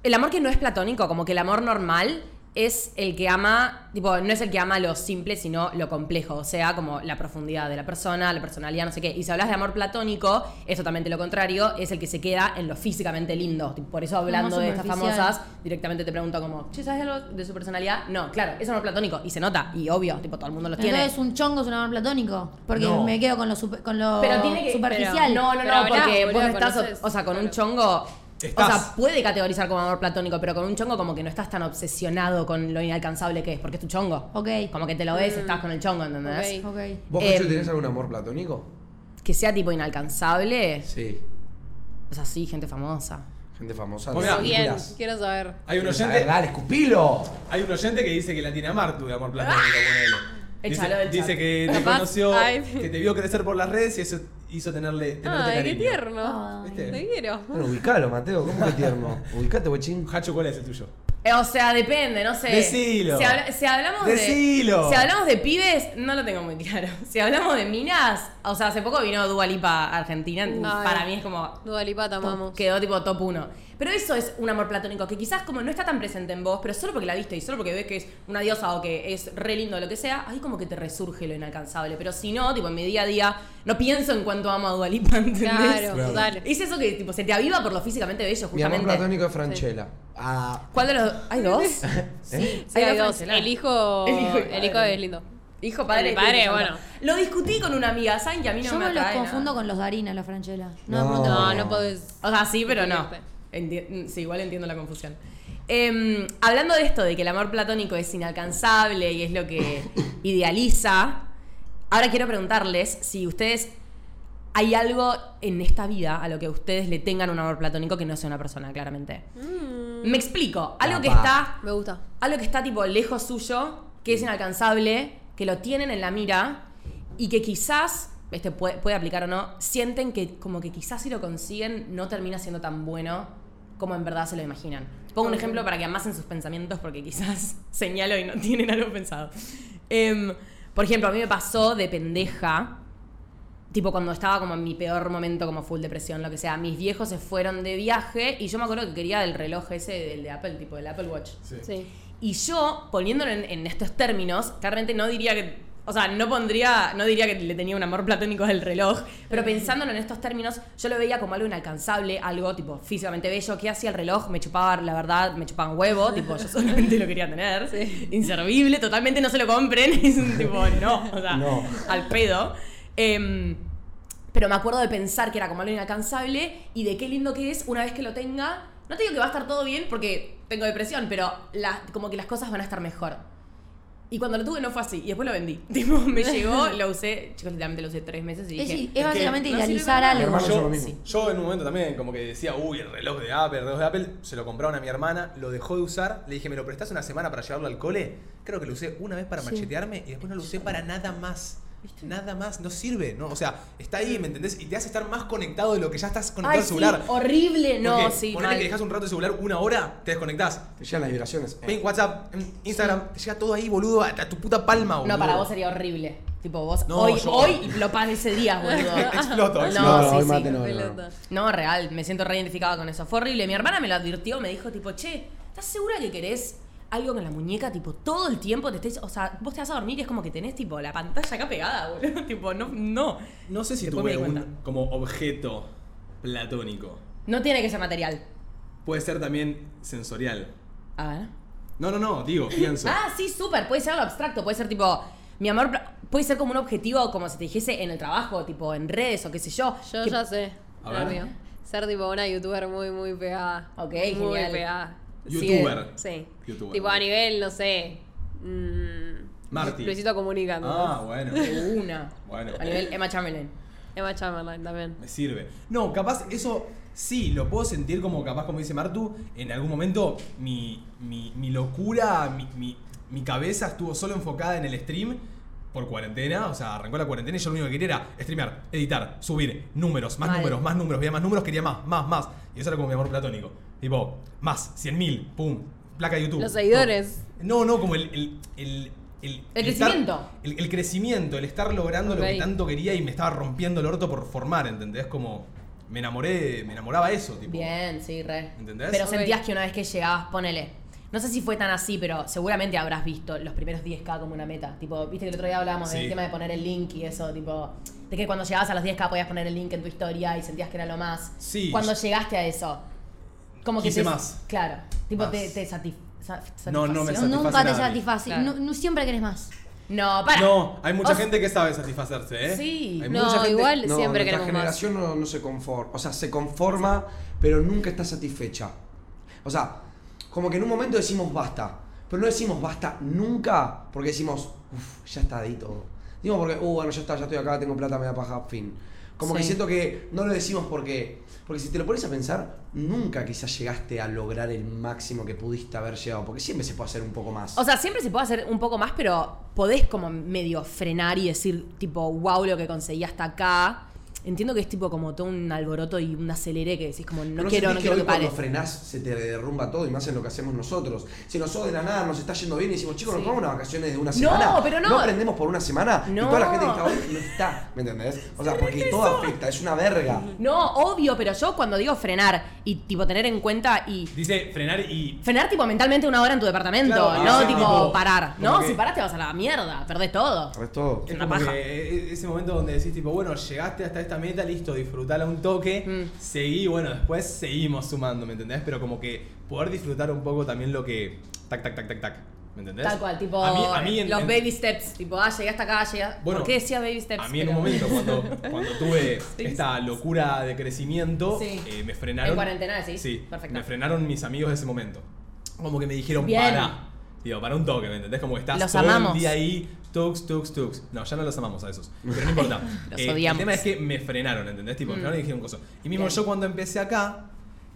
el amor que no es platónico, como que el amor normal es el que ama, tipo, no es el que ama lo simple, sino lo complejo, o sea, como la profundidad de la persona, la personalidad, no sé qué. Y si hablas de amor platónico, es totalmente lo contrario, es el que se queda en lo físicamente lindo. Tipo, Por eso hablando Amor de estas superficial. famosas, directamente te pregunto como, "Che, ¿sabes algo de su personalidad? No, claro, es amor platónico y se nota y obvio, tipo todo el mundo los tiene. Entonces un chongo es un amor platónico. Porque No. me quedo con lo, super- con lo Pero tiene que. superficial. pero- no, no, Pero no, hablá, porque boludo, vos estás. conocés. O sea, con un Claro. chongo. O Estás. sea, puede categorizar como amor platónico, pero con un chongo como que no estás tan obsesionado con lo inalcanzable que es, porque es tu chongo. Ok. Como que te lo Mm. ves, estás con el chongo, ¿entendés? Ok. Ok. ¿Vos, Eh, Cacho, tenés algún amor platónico? Que sea tipo inalcanzable. Sí. O sea, sí, gente famosa. Gente famosa. Pues mirá, de Bien, películas. quiero saber. Hay un Pero oyente, saber, Dale, escupilo. hay un oyente que dice que la tiene a Martu de amor platónico, Ah. ponele. Échalo Dice, del chat. dice que te Capaz, conoció, ay. que te vio crecer por las redes y eso hizo tenerle, Este tenerte Ay, qué cariño. tierno. Ay. ¿Viste? Te quiero. Bueno, ubicalo, Mateo. ¿Cómo que tierno? Ubicate, guachín. Hacho, ¿cuál es el tuyo? Eh, O sea, depende, no sé. Decilo. Si, habla- si hablamos Decilo. de. Si hablamos de pibes, no lo tengo muy claro. Si hablamos de minas, o sea, hace poco vino Dua Lipa a Argentina. Ay. Para mí es como. Dualipata, Top, vamos. Quedó tipo top 1. Pero eso es un amor platónico que quizás como no está tan presente en vos, pero solo porque la viste y solo porque ves que es una diosa o que es re lindo o lo que sea, ahí como que te resurge lo inalcanzable. Pero si no, tipo en mi día a día, no pienso en cuánto amo a Dualipa, ¿entendés? Claro, total. Es eso que tipo se te aviva por lo físicamente bello, Mi amor justamente. platónico es Franchella. Ah. ¿Cuál de los ¿Hay dos? ¿eh? Sí, hay dos. Franchella. El hijo, El hijo y el hijo padre. es lindo. Hijo padre. El padre, espíritu santo. bueno. Lo discutí con una amiga, ¿saben que a mí no Yo me me los atrae confundo nada? con los Darina, los Franchella. No. No, me pregunten por No, qué. no podés. O sea, sí, pero no. Totalmente. Enti- mm, sí, igual entiendo la confusión. Em, hablando de esto, de que el amor platónico es inalcanzable y es lo que idealiza, ahora quiero preguntarles si ustedes hay algo en esta vida a lo que ustedes le tengan un amor platónico que no sea una persona, claramente. Me explico, algo que Papá. está Me gusta. algo que está tipo lejos suyo, que es inalcanzable, que lo tienen en la mira y que quizás, este puede, puede aplicar o no, sienten que como que quizás si lo consiguen no termina siendo tan bueno como en verdad se lo imaginan. Pongo un ejemplo para que amasen sus pensamientos porque quizás señalo y no tienen algo pensado. Em, por ejemplo, a mí me pasó de pendeja, tipo cuando estaba como en mi peor momento, como full depresión, lo que sea, mis viejos se fueron de viaje y yo me acuerdo que quería el reloj ese del de Apple, tipo del Apple Watch. Sí. Y yo, poniéndolo en, en estos términos, claramente no diría que. O sea, no pondría. No diría que le tenía un amor platónico al reloj. Pero pensándolo en estos términos, yo lo veía como algo inalcanzable, algo tipo físicamente bello. ¿Qué hacía el reloj? Me chupaba, la verdad, me chupaba un huevo. Tipo, yo solamente lo quería tener. Inservible, totalmente no se lo compren. Es un tipo, no. O sea, No. al pedo. Em, pero me acuerdo de pensar que era como algo inalcanzable y de qué lindo que es una vez que lo tenga. No te digo que va a estar todo bien porque tengo depresión, pero la- como que las cosas van a estar mejor. Y cuando lo tuve no fue así. Y después lo vendí. Tipo, me llegó, lo usé. Chicos, literalmente lo usé tres meses y Es, dije. es básicamente no sirve idealizar para algo. nada. Hermano, yo lo mismo. Sí. Yo en un momento también como que decía, uy, el reloj de Apple, el reloj de Apple, se lo compraron a mi hermana, lo dejó de usar, le dije, ¿me lo prestás una semana para llevarlo al cole? Creo que lo usé una vez para machetearme y después no lo usé para nada más. Nada más, no sirve, no, o sea, está ahí, ¿me entendés? Y te hace estar más conectado de lo que ya estás conectado Ay, al sí, celular. horrible. No, Porque sí, ponele mal. que dejas un rato el celular una hora, te desconectás. Te llegan las vibraciones. Ven, WhatsApp, em, Instagram, te llega todo ahí, boludo, a, a tu puta palma, boludo. No, para vos sería horrible. Tipo, vos No, hoy, yo- hoy lo ese día, boludo. Exploto, No, exploto. No, no, sí, hoy sí. mate no, no, no. Pelota. No, real, me siento reidentificada con eso. Fue horrible. Mi hermana me lo advirtió, me dijo tipo, che, ¿estás segura que querés algo con la muñeca? Tipo, todo el tiempo te estés. O sea, vos te vas a dormir y es como que tenés tipo la pantalla acá pegada, boludo. Tipo, no, no. No sé si Después me tuve di un cuenta. como objeto platónico. No tiene que ser material. Puede ser también sensorial. A ver. No, no, no, digo, pienso. Ah, sí, súper. Puede ser algo abstracto. Puede ser tipo, mi amor, pla- puede ser como un objetivo, como si te dijese en el trabajo, tipo en redes o qué sé yo. Yo Que- ya sé. A la ver. mía. Ser tipo una youtuber muy, muy pegada. Ok, Muy genial. pegada. Youtuber. Sí. Youtuber. Tipo a nivel, no sé. mm, Marty. Luisito Comunica. ¿no? Ah, bueno. De una. Bueno. A nivel Emma Chamberlain. Emma Chamberlain también. Me sirve. No, capaz eso sí, lo puedo sentir como capaz, como dice Martu, en algún momento mi, mi, mi locura, mi, mi- mi cabeza estuvo solo enfocada en el stream por cuarentena, o sea, arrancó la cuarentena y yo lo único que quería era streamear, editar, subir, números, más Mal. números, más números, veía más números, quería más, más, más. Y eso era como mi amor platónico. Tipo, más, 100.000, pum, placa de YouTube. Los seguidores. No, no, como el... el- el- el- El estar- crecimiento. el, el crecimiento, el estar logrando lo que Ok. tanto quería y me estaba rompiendo el orto por formar, ¿entendés? Como me enamoré, me enamoraba eso, tipo. Bien, sí, re. ¿Entendés? Pero Ok. sentías que una vez que llegabas, ponele. No sé si fue tan así, pero seguramente habrás visto los primeros 10k como una meta. Tipo, viste que el otro día hablábamos Sí. del tema de poner el link y eso, tipo, de que cuando llegabas a los 10k podías poner el link en tu historia y sentías que era lo más. Sí. Cuando llegaste a eso, como que Quise te- más. Claro. Tipo, Más. te, te satis- sa- No, no me satisfacción. Nunca te satisface nada. satisface. Claro. No, no- siempre querés más. No, para. No, hay mucha Ah, O sea- gente que sabe satisfacerse, ¿eh? Sí. Hay No, mucha gente- igual No, siempre nuestra queremos más. generación no, no se conforma. O sea, se conforma, pero nunca está satisfecha. O sea, como que en un momento decimos basta. Pero no decimos basta nunca porque decimos, uff, ya está de ahí todo. Digo porque, uh, bueno, ya está, ya estoy acá, tengo plata, me da paja, fin. Como que Sí. siento que no lo decimos porque. Porque si te lo pones a pensar, nunca quizás llegaste a lograr el máximo que pudiste haber llegado. Porque siempre se puede hacer un poco más. O sea, siempre se puede hacer un poco más, pero podés como medio frenar y decir, tipo, wow, lo que conseguí hasta acá. Entiendo que es tipo como todo un alboroto y un acelere que decís como, no, Pero quiero, sentís no quiero hoy que pare. cuando frenás se te derrumba todo y más en lo que hacemos nosotros. Si nosotros de la nada nos está yendo bien y decimos, chicos, nos vamos unas vacaciones de una semana. pero no. No aprendemos por una semana y No. toda la gente que está hoy no está. ¿Me entendés? O sea, porque todo afecta, es una verga. No, obvio, pero yo cuando digo frenar y tipo tener en cuenta y... Dice frenar y. Frenar tipo mentalmente una hora en tu departamento, Claro, no ah, tipo tipo, parar. como No, que- si parás te vas a la mierda, perdés todo. El resto. Es Una como paja. que E-, ese momento donde decís, tipo, bueno, llegaste hasta esta meta, listo, disfrutala un toque, Mm. seguí, bueno, después seguimos sumando, ¿me entendés? Pero como que poder disfrutar un poco también lo que. Tac, tac, tac, tac, tac. ¿Me entendés? Tal cual, tipo A mí, a mí en- los en- baby steps, tipo, ah, llegué hasta acá, llegué... a- Bueno, ¿Por qué decía baby steps? A mí en un momento, Pero- cuando, cuando tuve esta locura de crecimiento, Sí. eh, me frenaron. En cuarentena, sí. Sí, Perfecto. me frenaron mis amigos de ese momento. Como que me dijeron, Bien. para. Digo, para un toque, ¿me entendés? Como que estás Los todo amamos. el día ahí, tux, tux, tux. No, ya no los amamos a esos. Pero no importa. Eh, Los el odiamos. Mm. tema es que me frenaron, ¿entendés? Tipo, me frenaron y dijeron cosas. Y mismo Bien. yo cuando empecé acá,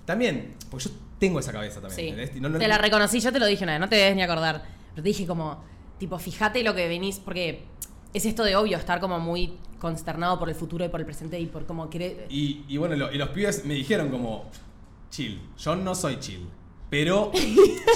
también, porque yo tengo esa cabeza también, Sí. ¿entendés? Y no- no- te la reconocí, yo te lo dije una vez, no te debes ni acordar. Pero te dije como, tipo, fíjate lo que venís, porque es esto de obvio, estar como muy consternado por el futuro y por el presente y por cómo quiere... Y, y bueno, lo- y los pibes me dijeron como, chill, yo no soy chill, pero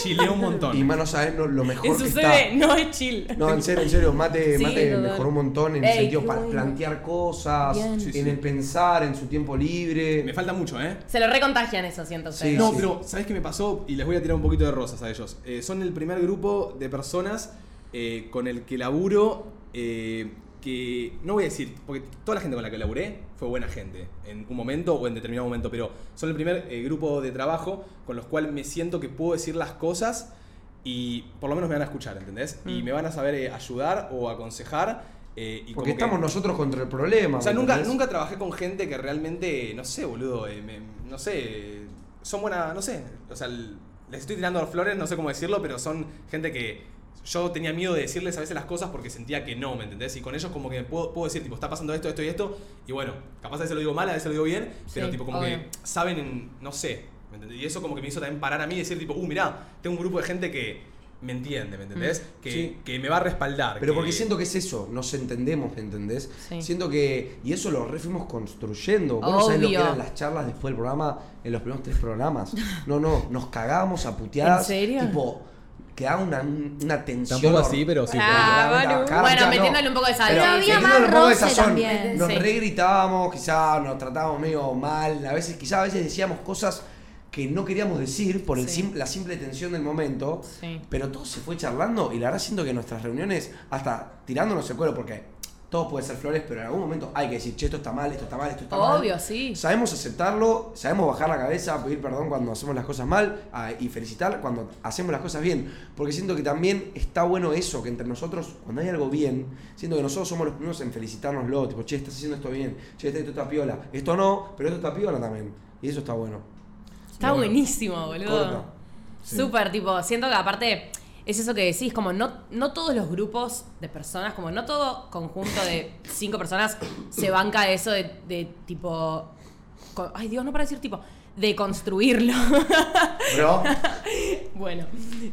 chillé un montón. Y mano sabes no, lo mejor En que su está. sede no es chill. No, en serio, en serio, Mate, Sí, Mate total. mejoró un montón en Ey, el sentido qué para bueno. plantear cosas, Bien. Sí, sí. en el pensar, en su tiempo Me libre. falta mucho, ¿eh? Se lo recontagian eso, siento Sí, ustedes. No, sí. pero ¿sabes qué me pasó? Y les voy a tirar un poquito de rosas a ellos. Eh, son el primer grupo de personas eh, con el que laburo, eh, que no voy a decir, porque toda la gente con la que laburé fue buena gente, en un momento o en determinado momento, pero son el primer eh, grupo de trabajo con los cual me siento que puedo decir las cosas y por lo menos me van a escuchar, ¿entendés? Y Mm. me van a saber eh, ayudar o aconsejar. eh, y Porque como que- estamos nosotros contra el problema. o sea, ¿me nunca, entendés? nunca trabajé con gente que realmente, no sé, boludo, eh, me- no sé, eh, son buena, no sé, o sea, l- les estoy tirando flores, no sé cómo decirlo, pero son gente que yo tenía miedo de decirles a veces las cosas porque sentía que no, ¿me entendés? Y con ellos como que puedo, puedo decir, tipo, está pasando esto, esto y esto, y bueno, capaz a veces lo digo mal, a veces lo digo bien, pero Sí, tipo como obvio. que saben, en- no sé, ¿me entendés? Y eso como que me hizo también parar a mí y decir, tipo, uh, mirá, tengo un grupo de gente que me entiende, ¿me entendés? Que, Mm. Sí. que me va a respaldar. Pero que- porque siento que es eso, nos entendemos, ¿me entendés? Sí. Siento que. Y eso lo re fuimos construyendo. Vos no sabés lo que Obvio. eran las charlas después del programa, en los primeros tres programas. No, no, nos cagábamos a puteadas. ¿En serio? Tipo, quedaba una, una tensión. Tampoco así, pero sí. Ah. Manu. Bueno, metiéndole un poco de sal. Pero Pero había metiéndole más un poco de roce sazón. también. Nos Sí. re gritábamos, quizás nos tratábamos medio mal. A veces, quizás a veces decíamos cosas que no queríamos decir por el Sí. sim- la simple tensión del momento. Sí. Pero todo se fue charlando y la verdad siento que nuestras reuniones, hasta tirándonos el cuero, porque todo puede ser flores, pero en algún momento hay que decir, che, esto está mal, esto está mal, esto está mal. Obvio, sí. Sabemos aceptarlo, sabemos bajar la cabeza, pedir perdón cuando hacemos las cosas mal ah, y felicitar cuando hacemos las cosas bien. Porque siento que también está bueno eso, que entre nosotros, cuando hay algo bien, siento que nosotros somos los primeros en felicitárnoslo. Tipo, che, estás haciendo esto bien, che, esto está piola. Esto no, pero esto está piola también. Y eso está bueno. Está buenísimo, boludo. Corta. Súper, tipo, siento que aparte es eso que decís, como no, no todos los grupos de personas, como no todo conjunto de cinco personas se banca eso de, de tipo... co- Ay Dios, no para decir tipo, de construirlo. Bro, Bueno,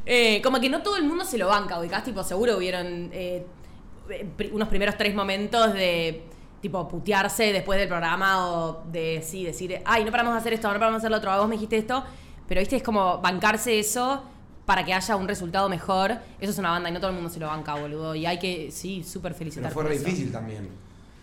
eh, como que no todo el mundo se lo banca, ubicás, tipo, seguro hubieron eh, pri- unos primeros tres momentos de, tipo, putearse después del programa o de, sí, decir, ay, no paramos de hacer esto, no paramos de hacer lo otro, a vos me dijiste esto, pero, viste, es como bancarse eso para que haya un resultado mejor, eso es una banda y no todo el mundo se lo banca, boludo, y hay que, sí, súper pero felicitar. fue por re eso. difícil también.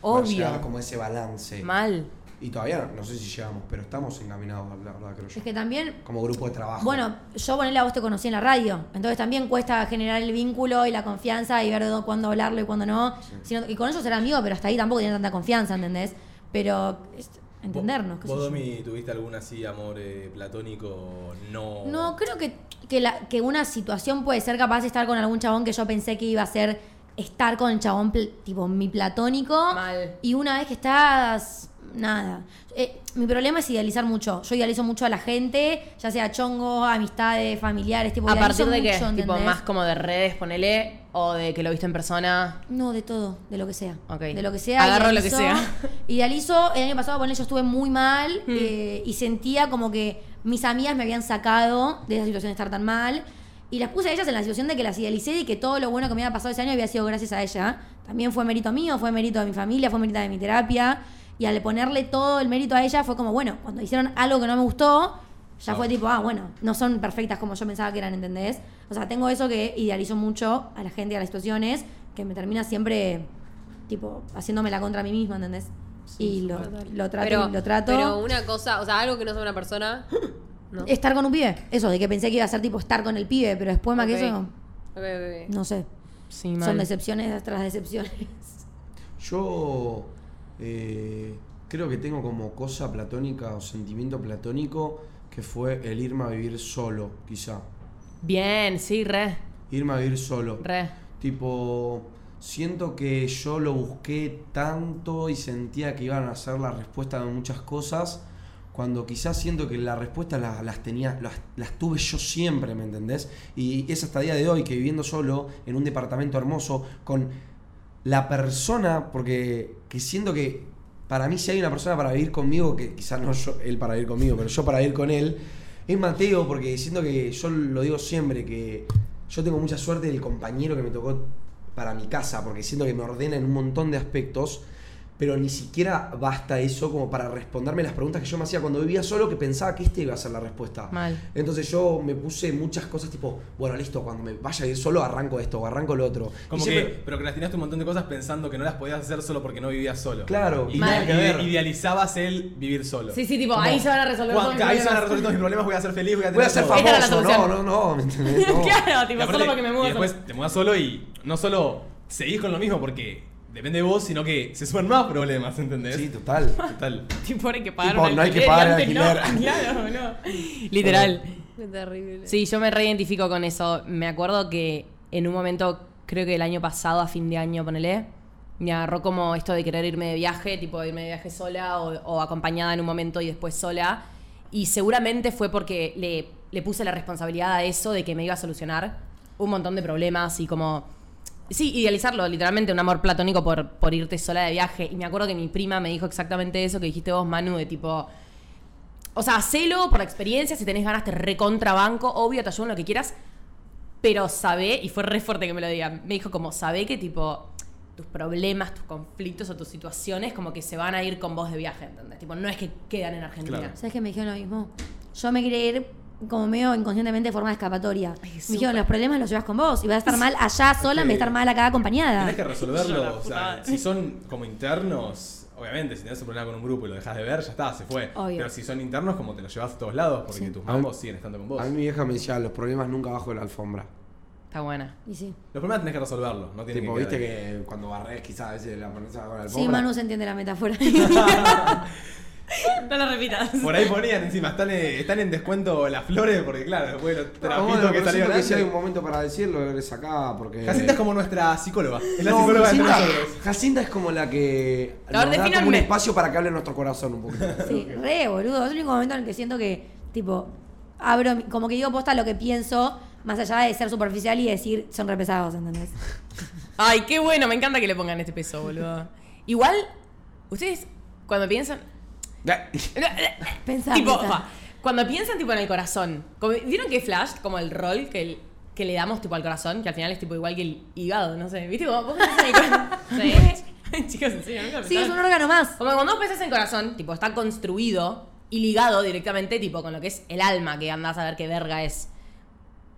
Obvio. Para llegar a como ese balance. Mal. Y todavía no sé si llegamos, pero estamos encaminados, la verdad, creo yo. Es que también, Como grupo de trabajo. bueno, yo ponele a vos te conocí en la radio, entonces también cuesta generar el vínculo y la confianza y ver de dó- cuándo hablarlo y cuándo no. Sino- y con ellos era amigo, pero hasta ahí tampoco tenía tanta confianza, ¿entendés? Pero es- entendernos. qué sé ¿Vos, yo. Domi, tuviste algún así amor eh, platónico? No. No, creo que, que, la- que una situación puede ser capaz de estar con algún chabón que yo pensé que iba a ser estar con el chabón pl- tipo mi platónico. Mal. Y una vez que estás, nada. Eh, mi problema es idealizar mucho. Yo idealizo mucho a la gente, ya sea chongo, amistades, familiares, tipo A idealizo partir de que, mucho, tipo, ¿entendés? más como de redes, ponele, o de que lo viste en persona. No, de todo, de lo que sea. Ok. De lo que sea. Agarro lo que sea. Hmm. Idealizo, el año pasado con yo estuve muy mal eh, y sentía como que mis amigas me habían sacado de esa situación de estar tan mal. Y las puse a ellas en la situación de que las idealicé y que todo lo bueno que me había pasado ese año había sido gracias a ella. También fue mérito mío, fue mérito de mi familia, fue mérito de mi terapia. Y al ponerle todo el mérito a ella fue como, bueno, cuando hicieron algo que no me gustó, ya fue tipo, ah, bueno, no son perfectas como yo pensaba que eran, ¿entendés? O sea, tengo eso que idealizo mucho a la gente, a las situaciones, que me termina siempre, tipo, haciéndome la contra a mí misma, ¿entendés? y lo, lo trato, y lo trato. pero una cosa, o sea, algo que no sea una persona. No. Estar con un pibe, eso, de que pensé que iba a ser tipo estar con el pibe, pero después más Ok. que eso, Ok, ok, ok. no sé. Sí, mal. Son decepciones tras decepciones. Yo eh, creo que tengo como cosa platónica o sentimiento platónico que fue el irme a vivir solo, quizá. Bien, sí, re, Irme a vivir solo. re. Tipo, siento que yo lo busqué tanto y sentía que iban a ser la respuesta de muchas cosas, cuando quizás siento que la respuesta la- las tenía, las, las tuve yo siempre, ¿me entendés? Y es hasta día de hoy que viviendo solo en un departamento hermoso con la persona, porque que siento que para mí si hay una persona para vivir conmigo, que quizás no yo, él para vivir conmigo, pero yo para vivir con él, es Mateo, porque siento que yo lo digo siempre, que yo tengo mucha suerte del compañero que me tocó para mi casa, porque siento que me ordena en un montón de aspectos, pero ni siquiera basta eso como para responderme las preguntas que yo me hacía cuando vivía solo, que pensaba que esta iba a ser la respuesta. Mal. Entonces yo me puse muchas cosas tipo, bueno, listo, cuando me vaya a ir solo arranco esto o arranco lo otro. Y Como siempre- que procrastinaste un montón de cosas pensando que no las podías hacer solo porque no vivías solo. Claro. Y Mal. ide- idealizabas el vivir solo. Sí, sí, tipo, ahí se van a resolver Juan, todos mis Ahí se van a problemas. resolver todos mis problemas, voy a ser feliz, voy a tener Voy a ser todo. Esta era la famoso, no, solución. no, no, ¿me entendés? No. claro, tipo, Y aparte, solo porque me mudo. Y después te mudas solo y no solo seguís con lo mismo porque depende de vos, sino que se suman más problemas, ¿entendés? Sí, total. Total. Tipo, hay que pagar Tipo, un no hay alquiler que y pagar el antes no. alquiler. Claro, boludo. Literal. Qué terrible. Sí, yo me reidentifico con eso. Me acuerdo que en un momento, creo que el año pasado, a fin de año, ponele, me agarró como esto de querer irme de viaje, tipo irme de viaje sola o, o acompañada en un momento y después sola. Y seguramente fue porque le, le puse la responsabilidad a eso de que me iba a solucionar. un montón de problemas y como... Sí, idealizarlo, literalmente un amor platónico por, por irte sola de viaje. Y me acuerdo que mi prima me dijo exactamente eso que dijiste vos, Manu, de tipo... O sea, hacelo por la experiencia, si tenés ganas te recontrabanco, obvio, te ayudo en lo que quieras, pero sabe, y fue re fuerte que me lo digan, me dijo como, sabe que tipo tus problemas, tus conflictos o tus situaciones como que se van a ir con vos de viaje, ¿entendés? Tipo, no es que quedan en Argentina. Claro. ¿Sabes que me dijeron lo mismo? Yo me quería ir como medio inconscientemente de forma escapatoria. me dijeron, súper. los problemas los llevas con vos y vas a estar mal allá sola en vez de estar mal acá acompañada. Tenés que Yo la resolverlo. O puta sea, madre. si son como internos, obviamente, si tenés un problema con un grupo y lo dejas de ver, ya está, se fue. Obvio. Pero si son internos, como te lo llevas a todos lados, porque tus mambos siguen estando con vos. A mí mi vieja me decía, los problemas nunca bajo la alfombra. Está buena. Y sí. Los problemas tenés que resolverlos, no tienen Tipo, que viste quedar ahí. que cuando barres quizás a veces la pones bajo la alfombra. Sí, Manu se entiende la metáfora. No lo repitas. Por ahí ponían encima, están en, están en descuento las flores, porque claro, después los Pero trapitos que salieron si hay un antes. momento para decirlo, eres acá porque... Jacinta es como nuestra psicóloga. Es la No, psicóloga de Jacinta, nosotros. Jacinta es como la que A ver, nos da como un defínanme. espacio para que hable nuestro corazón un poquito. Sí, re, boludo. Es el único momento en el que siento que, tipo, abro, mi- como que digo posta lo que pienso, más allá de ser superficial y decir, son repesados, ¿entendés? Ay, qué bueno, me encanta que le pongan este peso, boludo. Igual, ustedes cuando piensan... Pensá, tipo, pensá. fa, cuando piensan tipo en el corazón, como- ¿vieron que Flash, como el rol que, el- que le damos tipo al corazón, que al final es tipo igual que el hígado, no sé, ¿viste? Como vos pensás en el corazón. Ay, Chicos, en serio, nunca Sí, pensaron. es un órgano más. Como que cuando vos pensás en corazón, tipo, está construido y ligado directamente, tipo, con lo que es el alma, que andás a ver qué verga es.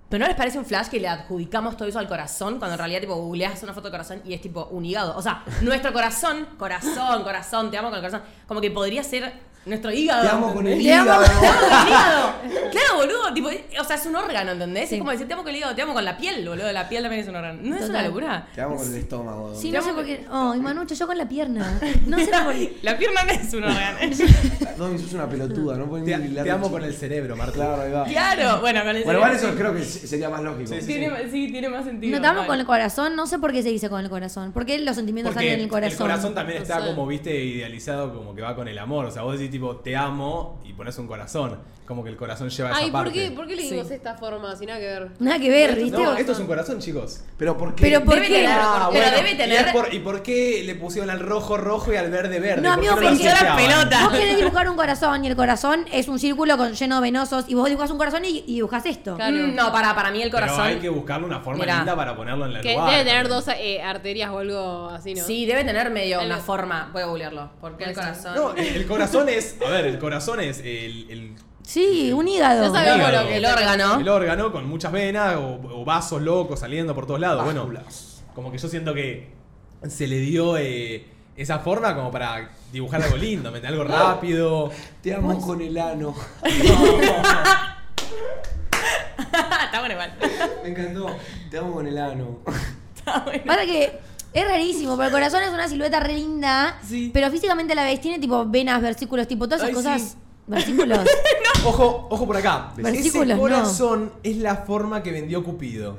Pero no les parece un flash que le adjudicamos todo eso al corazón, cuando en realidad, tipo, googleas una foto de corazón y es tipo un hígado. O sea, nuestro corazón, corazón, corazón, te amo con el corazón. Como que podría ser nuestro hígado. Te amo con el ¿entendés? hígado. Te amo con el hígado. Claro, boludo, tipo, eh, o sea, es un órgano, ¿entendés? Sí. Es como decir, te amo con el hígado, te amo con la piel, boludo. La piel también es un órgano. ¿No es una Total. locura? Te amo con el estómago. Sí, no sé por qué. Ay, Manucho, yo con la pierna. No sé por qué. La pierna no es un órgano. No, sos una pelotuda, no podés Te, ni te hilar amo un con el chiste. cerebro, Marta. Claro, ahí va. Claro, bueno, con el Bueno, igual cerebro. eso creo que se- sería más lógico. Sí, sí, Tiene, ma- sí, tiene más sentido. No te amo vale. con el corazón, no sé por qué se dice con el corazón. Porque los sentimientos Porque salen en el corazón. también está Corazón. como, viste, idealizado, como que va con el amor. O sea, vos decís tipo, te amo y pones un corazón. Como que el corazón lleva esa Ay, ¿por parte. qué, ¿por qué le dimos Sí. esta forma? Sin nada que ver. Nada que ver, ¿viste? No, esto es un corazón, chicos. Pero ¿por qué? Pero por Debe qué. tener- Ah, pero bueno, debe ¿Y, es tener. por, ¿Y por qué le pusieron al rojo rojo y al verde verde? No, ¿Por qué amigo, lo porque era asociaban? pelota. Vos querés dibujar un corazón y el corazón es un círculo con, lleno de venosos y vos dibujás un corazón y, y dibujás esto. Claro. Mm, no, para, para mí el Pero corazón. hay que buscarle una forma Mirá. linda para ponerlo en la Que lugar. debe tener dos eh, arterias o algo así, ¿no? Sí, debe tener medio Algo. una forma. Voy a googlearlo. Porque el corazón. No, el el corazón es. A ver, el corazón es el, el- Sí, un hígado. Ya sabemos Hígado. lo que el órgano. el órgano con muchas venas o, o vasos locos saliendo por todos lados. Bueno, como que yo siento que se le dio eh, esa forma como para dibujar algo lindo, ¿me entendés? algo rápido. Te amo con el ano. Ah, Está bueno igual. Me encantó. Te amo con el ano. Pasa que es rarísimo, porque el corazón es una silueta re linda, pero físicamente a la vez tiene tipo venas, versículos, tipo todas esas Ay, cosas. sí. Versículos. Ojo, ojo por acá. Versículos, Ese no. corazón es la forma que vendió Cupido.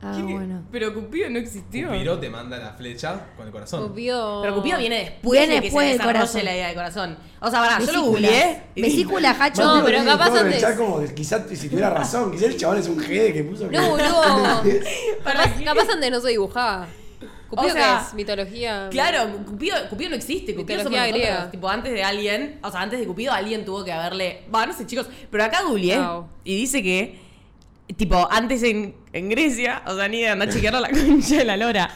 Ah, ¿Quién es? bueno. Pero Cupido no existió. Cupido te manda la flecha con el corazón. Cupido- Pero Cupido viene después, Viene de que después se del desarrolle corazón. la idea del corazón. O sea, pará, Ah, yo lo Vesículas. googleé. y- Vesícula, hacho. No, pero Martín lo capaz tiene que antes. aprovechar como, quizás si tuviera razón, quizás el chaval es un G que puso que... No, boludo. ¿Para capaz, qué? capaz antes no se dibujaba. Cupido O sea, que es mitología. Claro, Cupido, Cupido no existe, Cupido somos Ah, Mitología griega. nosotros. Tipo, antes de alguien, o sea, antes de Cupido, alguien tuvo que haberle. Va, no sé, chicos, pero acá googleé Wow. y dice que, tipo, antes en, en Grecia, o sea, ni de andar a chequearlo a la concha de la lora.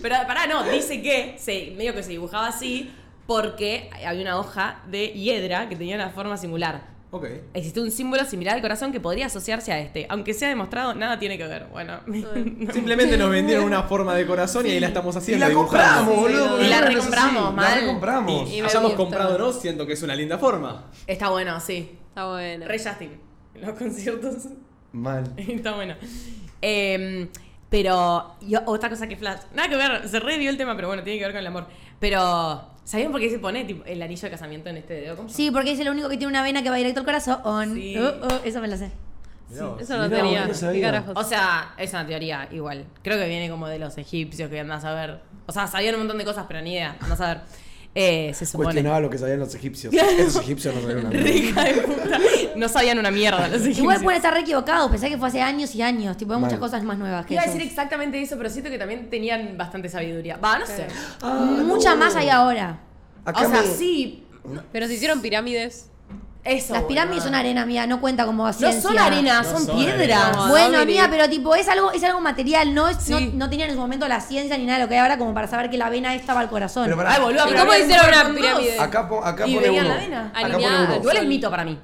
Pero pará, no, dice que, se, medio que se dibujaba así, porque había una hoja de hiedra que tenía una forma singular. Ok. Existe un símbolo similar al corazón que podría asociarse a este. Aunque sea demostrado, nada tiene que ver. Bueno, Simplemente nos vendieron una forma de corazón y ahí la estamos Y haciendo. la dibujando. compramos, boludo. Y la porque no es recompramos, así. mal. La recompramos. Y Y me hayamos gusta. comprado o no, siento que es una linda forma. está bueno, sí. Está bueno. Rey Justin. En los conciertos. Mal. Está bueno. Em, pero, y o- otra cosa que Flash. Nada que ver, se revió el tema, pero bueno, tiene que ver con el amor. Pero, ¿sabían por qué se pone tipo, el anillo de casamiento en este dedo? ¿Cómo se Sí, porque es el único que tiene una vena que va directo al corazón. Sí. Uh, uh, esa me la sé. Mirá vos. Eso no Mirá, tenía. no ¿Qué sabía. carajos? O sea, es una teoría igual. Creo que viene como de los egipcios que andás a ver. O sea, sabían un montón de cosas, pero ni idea, andás a ver. Eh, se supone. Cuestionaba lo que sabían los egipcios. Esos egipcios no sabían nada. Rica de puta. No sabían una mierda los egipcios. Igual pueden estar re equivocados, pensé que fue hace años y años, tipo, hay muchas Mal. cosas más nuevas que Iba a eso. decir exactamente eso, pero siento que también tenían bastante sabiduría. Va, no sé. Mm, Mucha más hay ahora. Acá o sea, me- sí. Pero se hicieron pirámides. Eso. Las pirámides boluda. son arena, mía, no cuenta como No ciencia. son arena, No son, son piedras. arena. Bueno, No, amiga, Miri. pero tipo, es algo, es algo material, no, es- no, Sí. no tenían en su momento la ciencia ni nada de lo que hay ahora como para saber que la vena esta va al corazón. Pero pará, Ay, boluda, ¿Y pero cómo había hicieron mujer una con pirámide? dos. acá, po- acá Y pone veían uno. la vena. Acá Alineada pone al uno. Igual es mito para mí.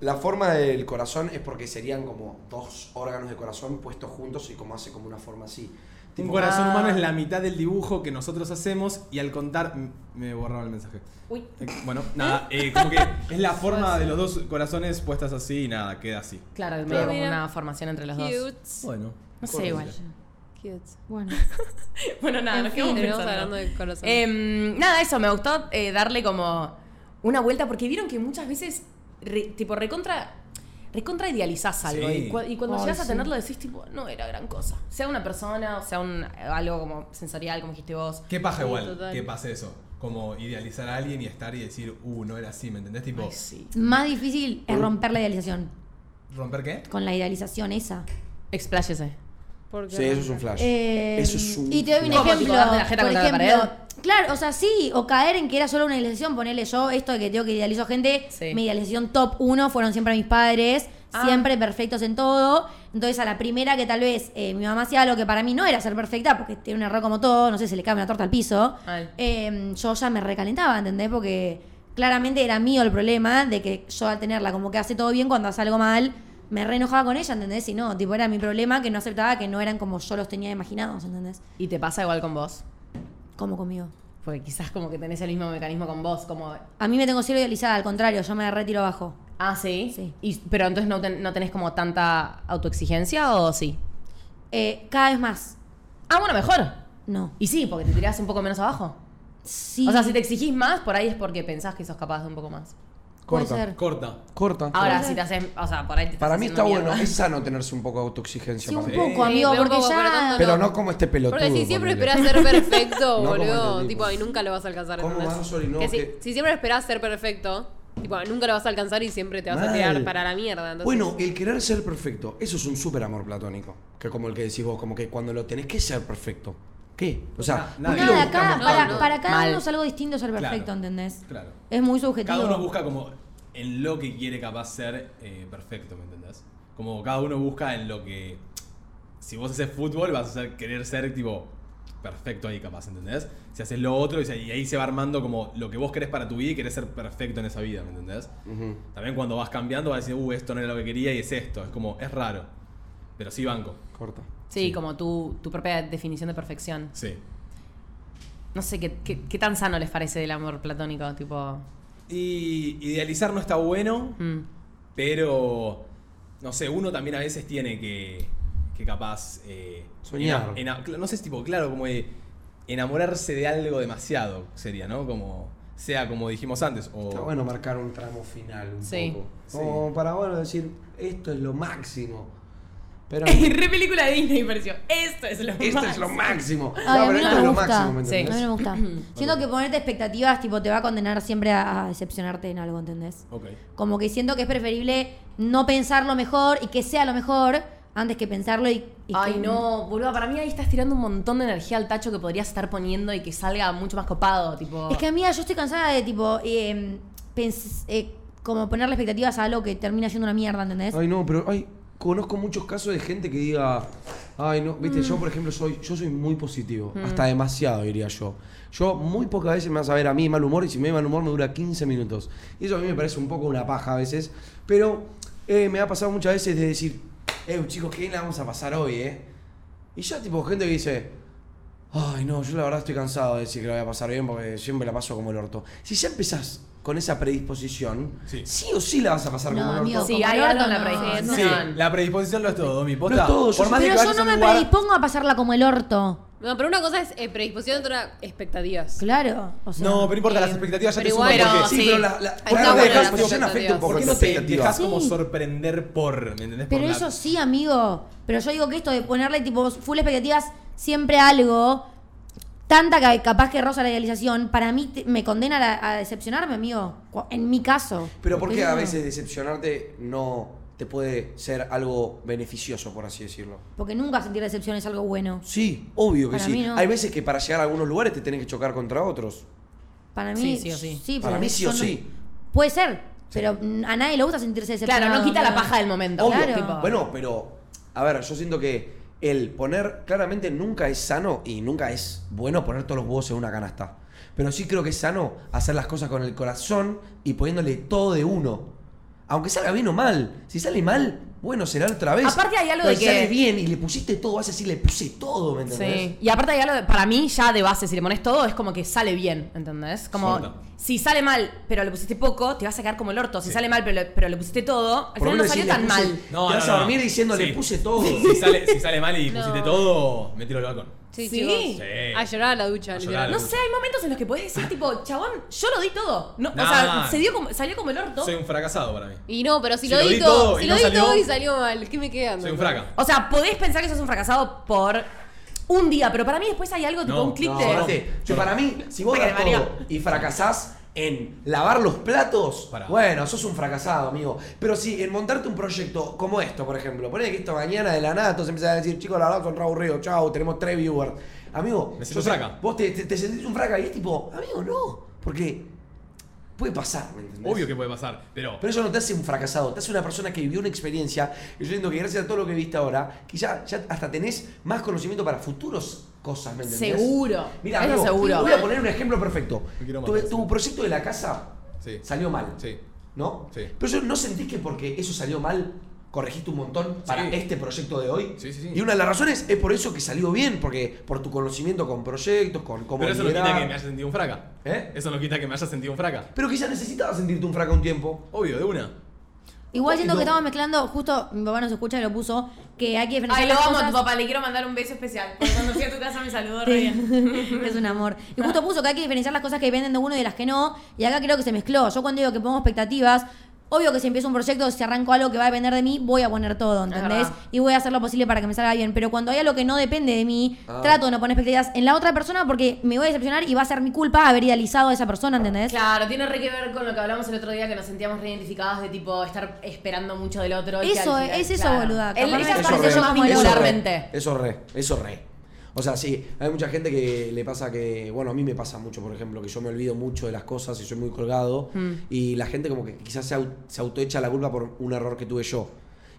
La forma del corazón es porque serían como dos órganos de corazón puestos juntos y como hace como una forma así. Un Tipo, corazón Ah. humano es la mitad del dibujo que nosotros hacemos y al contar. m- Me borraba el mensaje. Uy. Eh, Bueno, nada, eh, como que es la forma de los dos corazones puestas así y nada, queda así. Claro, medio Claro. como Mira. una formación entre los dos. Cute. Bueno. No sé, igual. Cute. Bueno, Bueno, nada, En nos fin, quedamos terminamos pensando. hablando del corazón. Em, nada, eso, me gustó eh, darle como una vuelta, porque vieron que muchas veces, re- tipo, recontra, recontra idealizás algo. Sí. Y, cua- y cuando Ay, llegas a sí. tenerlo decís, tipo, no era gran cosa. Sea una persona, o sea un, algo como sensorial, como dijiste vos. Qué paja Sí, igual, total. que pase eso. Como idealizar a alguien y estar y decir, uh, no era así, ¿me entendés? Tipo, Ay, sí. más difícil es romper la idealización, ¿romper qué? con la idealización esa. Expláyese. Porque ah, Sí, eso es un flash. Eh, eso es un Y te doy un flash. ¿Cómo, ejemplo. tipo, darte la jeta por contra la ejemplo, pared? Claro, o sea, sí, o caer en que era solo una idealización, ponerle yo esto de que tengo que idealizo gente, Sí. mi idealización top uno fueron siempre mis padres, Ah. siempre perfectos en todo, entonces a la primera que tal vez eh, mi mamá hacía algo que para mí no era ser perfecta, porque tiene un error como todo, no sé, se le cae una torta al piso, Mal. eh, yo ya me recalentaba, ¿entendés? Porque claramente era mío el problema de que yo al tenerla como que hace todo bien cuando hace algo mal, me re enojaba con ella, ¿entendés? Y no, tipo, era mi problema que no aceptaba que no eran como yo los tenía imaginados, ¿entendés? Y te pasa igual con vos. Como conmigo. Porque quizás como que tenés el mismo mecanismo con vos, como... A mí me tengo cero idealizada, al contrario, yo me retiro abajo. Ah, sí. Sí. Y, pero entonces no, ten- no tenés como tanta autoexigencia o sí. Eh, cada vez más, Ah, bueno, mejor. no. Y sí, porque te tirás un poco menos abajo. Sí, O sea, si te exigís más, por ahí es porque pensás que sos capaz de un poco más. puede Corta. ser. Corta. Corta. Ahora, si te haces. O sea, por ahí te estás Para mí haciendo está bueno, mierda. es sano tenerse un poco de autoexigencia. Sí, un para mí. poco, amigo, Sí, pero un porque poco, pero ya... tanto Pero no. no como este pelotudo. Porque si siempre ponele. esperás ser perfecto, No como boludo, el tipo. tipo, y nunca lo vas a alcanzar. ¿Cómo ¿entendés? vas, Ori? No, Que si, que- si siempre esperás ser perfecto, tipo, nunca lo vas a alcanzar y siempre te vas a Mal. tirar para la mierda. entonces- Bueno, el querer ser perfecto, eso es un súper amor platónico. Que como el que decís vos, como que cuando lo tenés que ser perfecto. ¿Qué? O sea, Na- ¿por qué nadie. lo Nada, buscamos cada- no, para, tanto? no. para cada Mal. uno es algo distinto ser perfecto, Claro. ¿entendés? Claro. Es muy subjetivo. Cada uno busca como en lo que quiere capaz ser eh, perfecto, ¿me entendés? Como cada uno busca en lo que... Si vos haces fútbol vas a ser- querer ser tipo perfecto ahí capaz, ¿entendés? Si haces lo otro y se- y ahí se va armando como lo que vos querés para tu vida y querés ser perfecto en esa vida, ¿me entendés? Ujú. También cuando vas cambiando vas a decir, uh, esto no era lo que quería y es esto, es como, es raro. Pero sí banco, Corta. Sí, como tu, tu propia definición de perfección. sí. No sé qué, qué, qué tan sano les parece el amor platónico, tipo. Y idealizar no está bueno, mm. Pero, no sé, uno también a veces tiene que, que capaz... eh, Soñar. ena- ena- cl- no sé, es tipo, claro, como de enamorarse de algo demasiado sería, ¿no? Como, sea como dijimos antes, o... Está bueno marcar un tramo final un Sí. poco. Sí. Como para bueno decir, esto es lo máximo. Pero Re película de Disney pareció. Esto es lo esto más. es lo máximo. Ay, a pero mí no esto me es lo gusta. máximo, ¿me Sí. entendés? A mí no me gusta. Siento que ponerte expectativas tipo te va a condenar siempre a, a decepcionarte en algo, ¿entendés? Ok. Como que siento que es preferible no pensarlo mejor y que sea lo mejor antes que pensarlo y, y Ay, que- no, boludo. Para mí ahí estás tirando un montón de energía al tacho que podrías estar poniendo y que salga mucho más copado, tipo. Es que amiga, yo estoy cansada de tipo eh, pens- eh, como ponerle expectativas a algo que termina siendo una mierda, ¿entendés? Ay, no, pero ay, conozco muchos casos de gente que diga, ay, no, viste, Mm. yo por ejemplo soy yo soy muy positivo, hasta demasiado diría yo. Yo muy pocas veces me vas a ver a mí mal humor y si me ve mal humor me dura 15 minutos. Y eso a mí me parece un poco una paja a veces, pero eh, me ha pasado muchas veces de decir, eh, chicos, ¿qué la vamos a pasar hoy, eh? Y ya tipo gente que dice, Ay, no, yo la verdad estoy cansado de decir que la voy a pasar bien porque siempre la paso como el orto. Si ya empezás con esa predisposición, sí, Sí. o sí la vas a pasar No, como el orto. amigo, Sí, como hay el algo orto, en la no. predisposición. Sí, la predisposición lo es todo, mi posta. Lo es todo, yo Por sé. más de Pero que yo vayas a no un me lugar- predispongo a pasarla como el orto. No, pero una cosa es eh, predisposición, otra expectativas. Claro. O sea, No, pero no importa, Eh, las expectativas ya pero te suman igual- porque... Pero- Sí, Sí. pero la, la, Ahí está la buena la predisposición expectativa. afecta un poco ¿Por qué las no te expectativas. dejas como Sí. sorprender por, ¿me entendés? Pero Por la- eso sí, amigo. Pero yo digo que esto de ponerle tipo full expectativas siempre a algo tanta ca- capaz que rosa la idealización, para mí te- me condena a la- a, decepcionarme, amigo. Cu- En mi caso. Pero ¿por qué a Eso. veces decepcionarte no te puede ser algo beneficioso, por así decirlo? Porque nunca sentir decepción es algo bueno. Sí, obvio que Para sí. mí no. Hay veces que para llegar a algunos lugares te tenés que chocar contra otros. Para mí Sí, sí o sí. Para porque mí sí o yo no- sí. Puede ser, pero mm, a nadie le gusta sentirse decepcionado. Claro, no quita la pero- paja del momento. Obvio. Claro. Tipo, Bueno, pero, a ver, yo siento que el poner, claramente nunca es sano y nunca es bueno poner todos los huevos en una canasta. Pero sí creo que es sano hacer las cosas con el corazón y poniéndole todo de uno. Aunque salga bien o mal. Si sale mal, bueno, será otra vez. Aparte hay algo Pero de si que- sale bien y le pusiste todo, vas a decir, le puse todo, ¿me entendés? Sí. Y aparte hay algo, de- para mí ya de base, si le pones todo, es como que sale bien, ¿entendés? Como Sorta. si sale mal, pero le pusiste poco, te vas a quedar como el orto. Si sale mal, pero le, pero le pusiste todo, al Por final no lo menos salió decir, tan le puse- mal. te vas a dormir diciendo, le Sí. puse todo. Si sale, si sale mal y No. pusiste todo, me tiro al balcón. Sí, Sí. chicos. Sí. A llorar a la ducha, A literal. llorar. No sé, hay momentos en los que podés decir, tipo, chabón, yo lo di todo. No, Nah. O sea, se dio como- salió como el orto. Soy un fracasado para mí. Y no, pero si, Si lo, di todo, y si lo no di salió- todo y salió mal, ¿qué me queda? Soy un No, no. fraca. O sea, podés pensar que sos un fracasado por un día, pero para mí después hay algo, tipo, No, un clic No, de... aparte, yo para mí, si vos Porque das María- todo y fracasás en lavar los platos, Pará. bueno, sos un fracasado, amigo. Pero si en montarte un proyecto como esto, por ejemplo, ponele que esto mañana de la nada, todos empiezan a decir, chicos, la verdad son re aburridos, chao, tenemos tres viewers. Amigo, Me siento yo sé- fraca. vos te, te- te sentís un fraca y es tipo, amigo, no, porque puede pasar, ¿me entendés? Obvio que puede pasar, pero. Pero eso no te hace un fracasado, te hace una persona que vivió una experiencia. Y yo siento que gracias a todo lo que viste ahora, que ya, ya hasta tenés más conocimiento para futuros cosas, ¿me entendés? Seguro. Mira, Eso amigo, seguro. voy a poner un ejemplo perfecto. No quiero más Tu, cosas. tu proyecto de la casa Sí. salió mal. Sí. ¿No? Sí. Pero yo no sentís que porque eso salió mal, corregiste un montón para Sí. este proyecto de hoy. Sí, sí, sí. Y una de las razones es por eso que salió bien, porque por tu conocimiento con proyectos, con cómo Pero eso no liderar. quita que me haya sentido un fraca. ¿Eh? Eso no quita que me haya sentido un fraca. Pero quizás necesitabas sentirte un fraca un tiempo. Obvio, de una. Igual siento No. que estamos mezclando, justo mi papá nos escucha y lo puso, que hay que diferenciar Ay, lo las amo a tu cosas. papá, le quiero mandar un beso especial. Porque cuando fui a tu casa me saludó re bien. Sí. es un amor. Y justo puso que hay que diferenciar las cosas que venden de uno y de las que no. Y acá creo que se mezcló. Yo cuando digo que pongo expectativas, obvio que si empiezo un proyecto, si arranco algo que va a depender de mí, voy a poner todo, ¿entendés? verdad. Y voy a hacer lo posible para que me salga bien. Pero cuando hay algo que no depende de mí, Ah. trato de no poner expectativas en la otra persona porque me voy a decepcionar y va a ser mi culpa haber idealizado a esa persona, ¿entendés? Claro, tiene re que ver con lo que hablamos el otro día que nos sentíamos reidentificadas de tipo estar esperando mucho del otro. y que Eso, al final- es eso, boluda. El- Capaz ella me Eso parece re, yo más eso re. vincularmente. Eso re, eso re. O sea, sí, hay mucha gente que le pasa que, bueno, a mí me pasa mucho, por ejemplo, que yo me olvido mucho de las cosas y soy muy colgado. Mm. Y la gente como que quizás se, au- se autoecha la culpa por un error que tuve yo.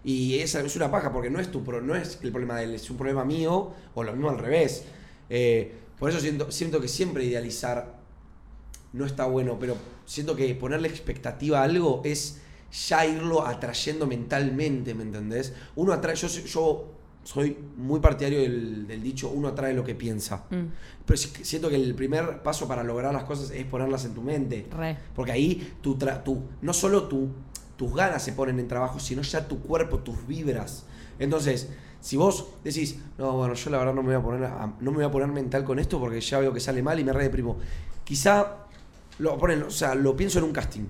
Y esa es una paja porque no es tu pro- no es el problema de él, es un problema mío o lo mismo al revés. Eh, por eso siento, siento que siempre idealizar no está bueno, pero siento que ponerle expectativa a algo es ya irlo atrayendo mentalmente, ¿me entendés? Uno atrae, yo, soy- yo soy muy partidario del, del dicho, uno atrae lo que piensa. Pero sí que siento que el primer paso para lograr las cosas es ponerlas en tu mente. Re. Porque ahí tu, tra- tu- no solo tu- tus ganas se ponen en trabajo, sino ya tu cuerpo, tus vibras. Entonces, si vos decís, no, bueno, yo la verdad no me voy a poner, a- no me voy a poner mental con esto porque ya veo que sale mal y me re deprimo. Quizá lo, ponen, o sea, lo pienso en un casting.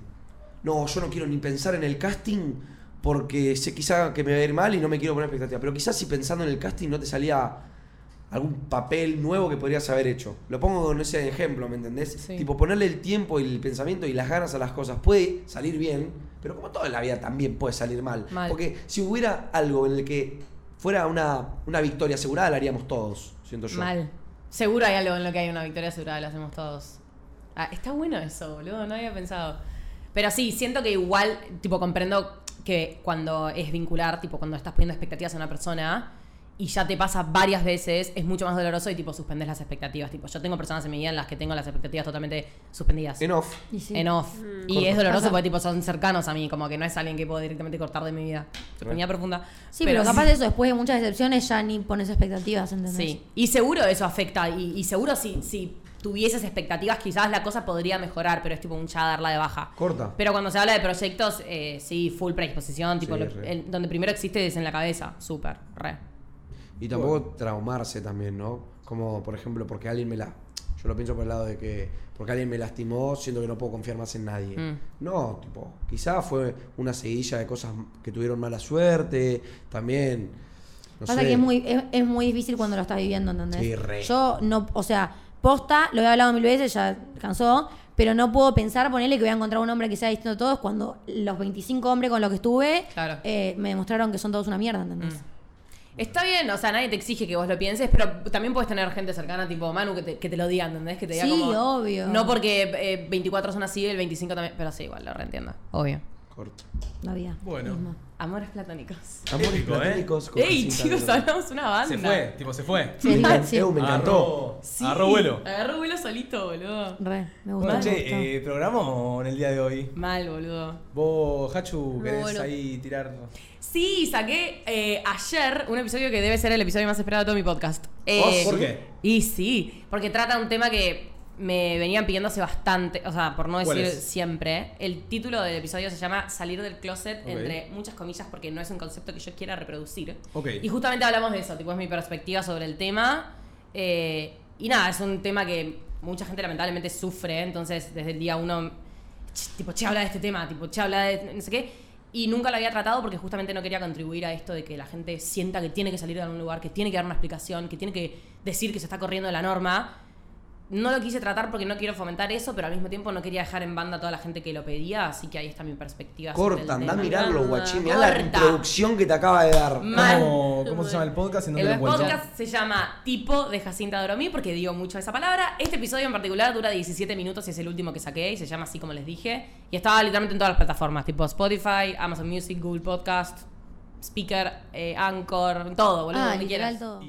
No, yo no quiero ni pensar en el casting porque sé quizá que me va a ir mal y no me quiero poner expectativa. Pero quizás si pensando en el casting no te salía algún papel nuevo que podrías haber hecho. Lo pongo con ese ejemplo, ¿me entendés? Sí. Tipo, ponerle el tiempo y el pensamiento y las ganas a las cosas puede salir bien, pero como todo en la vida también puede salir mal. Mal. Porque si hubiera algo en el que fuera una, una victoria asegurada, la haríamos todos, siento yo. Mal. Seguro hay algo en lo que hay una victoria asegurada, lo hacemos todos. Ah, está bueno eso, boludo, no había pensado. Pero sí, siento que igual, tipo, comprendo que cuando es vincular, tipo, cuando estás poniendo expectativas a una persona y ya te pasa varias veces, es mucho más doloroso y, tipo, suspendes las expectativas. Tipo, yo tengo personas en mi vida en las que tengo las expectativas totalmente suspendidas. En off. Y sí. Mm. En off. Y Corto. es doloroso porque, tipo, son cercanos a mí, como que no es alguien que puedo directamente cortar de mi vida. Tenía profunda. Sí, pero, capaz de eso, después de muchas decepciones, ya ni pones expectativas, ¿entendés? Sí, y seguro eso afecta, y, y seguro si, si tuvieses expectativas quizás la cosa podría mejorar, pero es tipo un ya darla de baja. Corta. Pero cuando se habla de proyectos, eh, sí, full predisposición, tipo Sí, lo- re. el- donde primero existe es en la cabeza, súper, re. Y tampoco traumarse también, ¿no? Como, por ejemplo, porque alguien me la... Yo lo pienso por el lado de que porque alguien me lastimó, siento que no puedo confiar más en nadie. Mm. No, tipo, quizás fue una seguidilla de cosas que tuvieron mala suerte, también... No Pasa sé. que es muy, es, es muy difícil cuando lo estás viviendo, ¿entendés? Sí, re. Yo no, o sea, posta, lo he hablado mil veces, ya cansó, pero no puedo pensar, ponerle que voy a encontrar un hombre que sea distinto a todos cuando los 25 hombres con los que estuve Claro. eh, me demostraron que son todos una mierda, ¿entendés? Está bien, o sea, nadie te exige que vos lo pienses, pero también puedes tener gente cercana, tipo Manu, que te, que te lo diga, ¿entendés? Que te diga Sí, como, obvio. No porque eh, 24 son así, el 25 también. Pero sí, igual, lo reentiendo. Obvio. Corto. Mm. La vida. Bueno. misma. Amores platónicos. Amores Épico, ¿eh? platónicos con ¡Ey, Jacinta chicos, Alonso. hablamos una banda! Se fue, tipo, se fue. Sí, Me encantó, sí. Ah, me encantó. Agarró- Agarró vuelo. Agarró vuelo solito, boludo. Re, me Bueno, gustó. me gustó. che, eh, programón el día de hoy. Mal, boludo. Vos, Hachu, querés bueno. ahí tirar. Sí, saqué eh, ayer un episodio que debe ser el episodio más esperado de todo mi podcast. Eh, ¿Por qué? Y sí, porque trata un tema que me venían pidiendo hace bastante, o sea, por no ¿Cuál decir es? siempre. El título del episodio se llama Salir del closet, Ok. entre muchas comillas, porque no es un concepto que yo quiera reproducir. Ok. Y justamente hablamos de eso, tipo, es mi perspectiva sobre el tema. Eh, y nada, es un tema que mucha gente lamentablemente sufre, entonces desde el día uno, "Ch, tipo, che, habla de este tema, tipo, che, habla de no sé qué. Y nunca lo había tratado porque justamente no quería contribuir a esto de que la gente sienta que tiene que salir de algún lugar, que tiene que dar una explicación, que tiene que decir que se está corriendo de la norma. No lo quise tratar porque no quiero fomentar eso, pero al mismo tiempo no quería dejar en banda a toda la gente que lo pedía, así que ahí está mi perspectiva. sobre el Corta, andá a tema. mirarlo, Ah, Anda, guachín. Mirá la corta. introducción que te acaba de dar. Mal. ¿Cómo, ¿Cómo se llama el podcast? ¿En dónde lo El encuentran? podcast se llama Tipo de Jacinta Doromí porque dio mucho a esa palabra. Este episodio en particular dura 17 minutos y es el último que saqué y se llama así como les dije. Y estaba literalmente en todas las plataformas, tipo Spotify, Amazon Music, Google Podcast, Speaker, eh, Anchor, todo, boludo, Ah, lo que literal quieras. todo.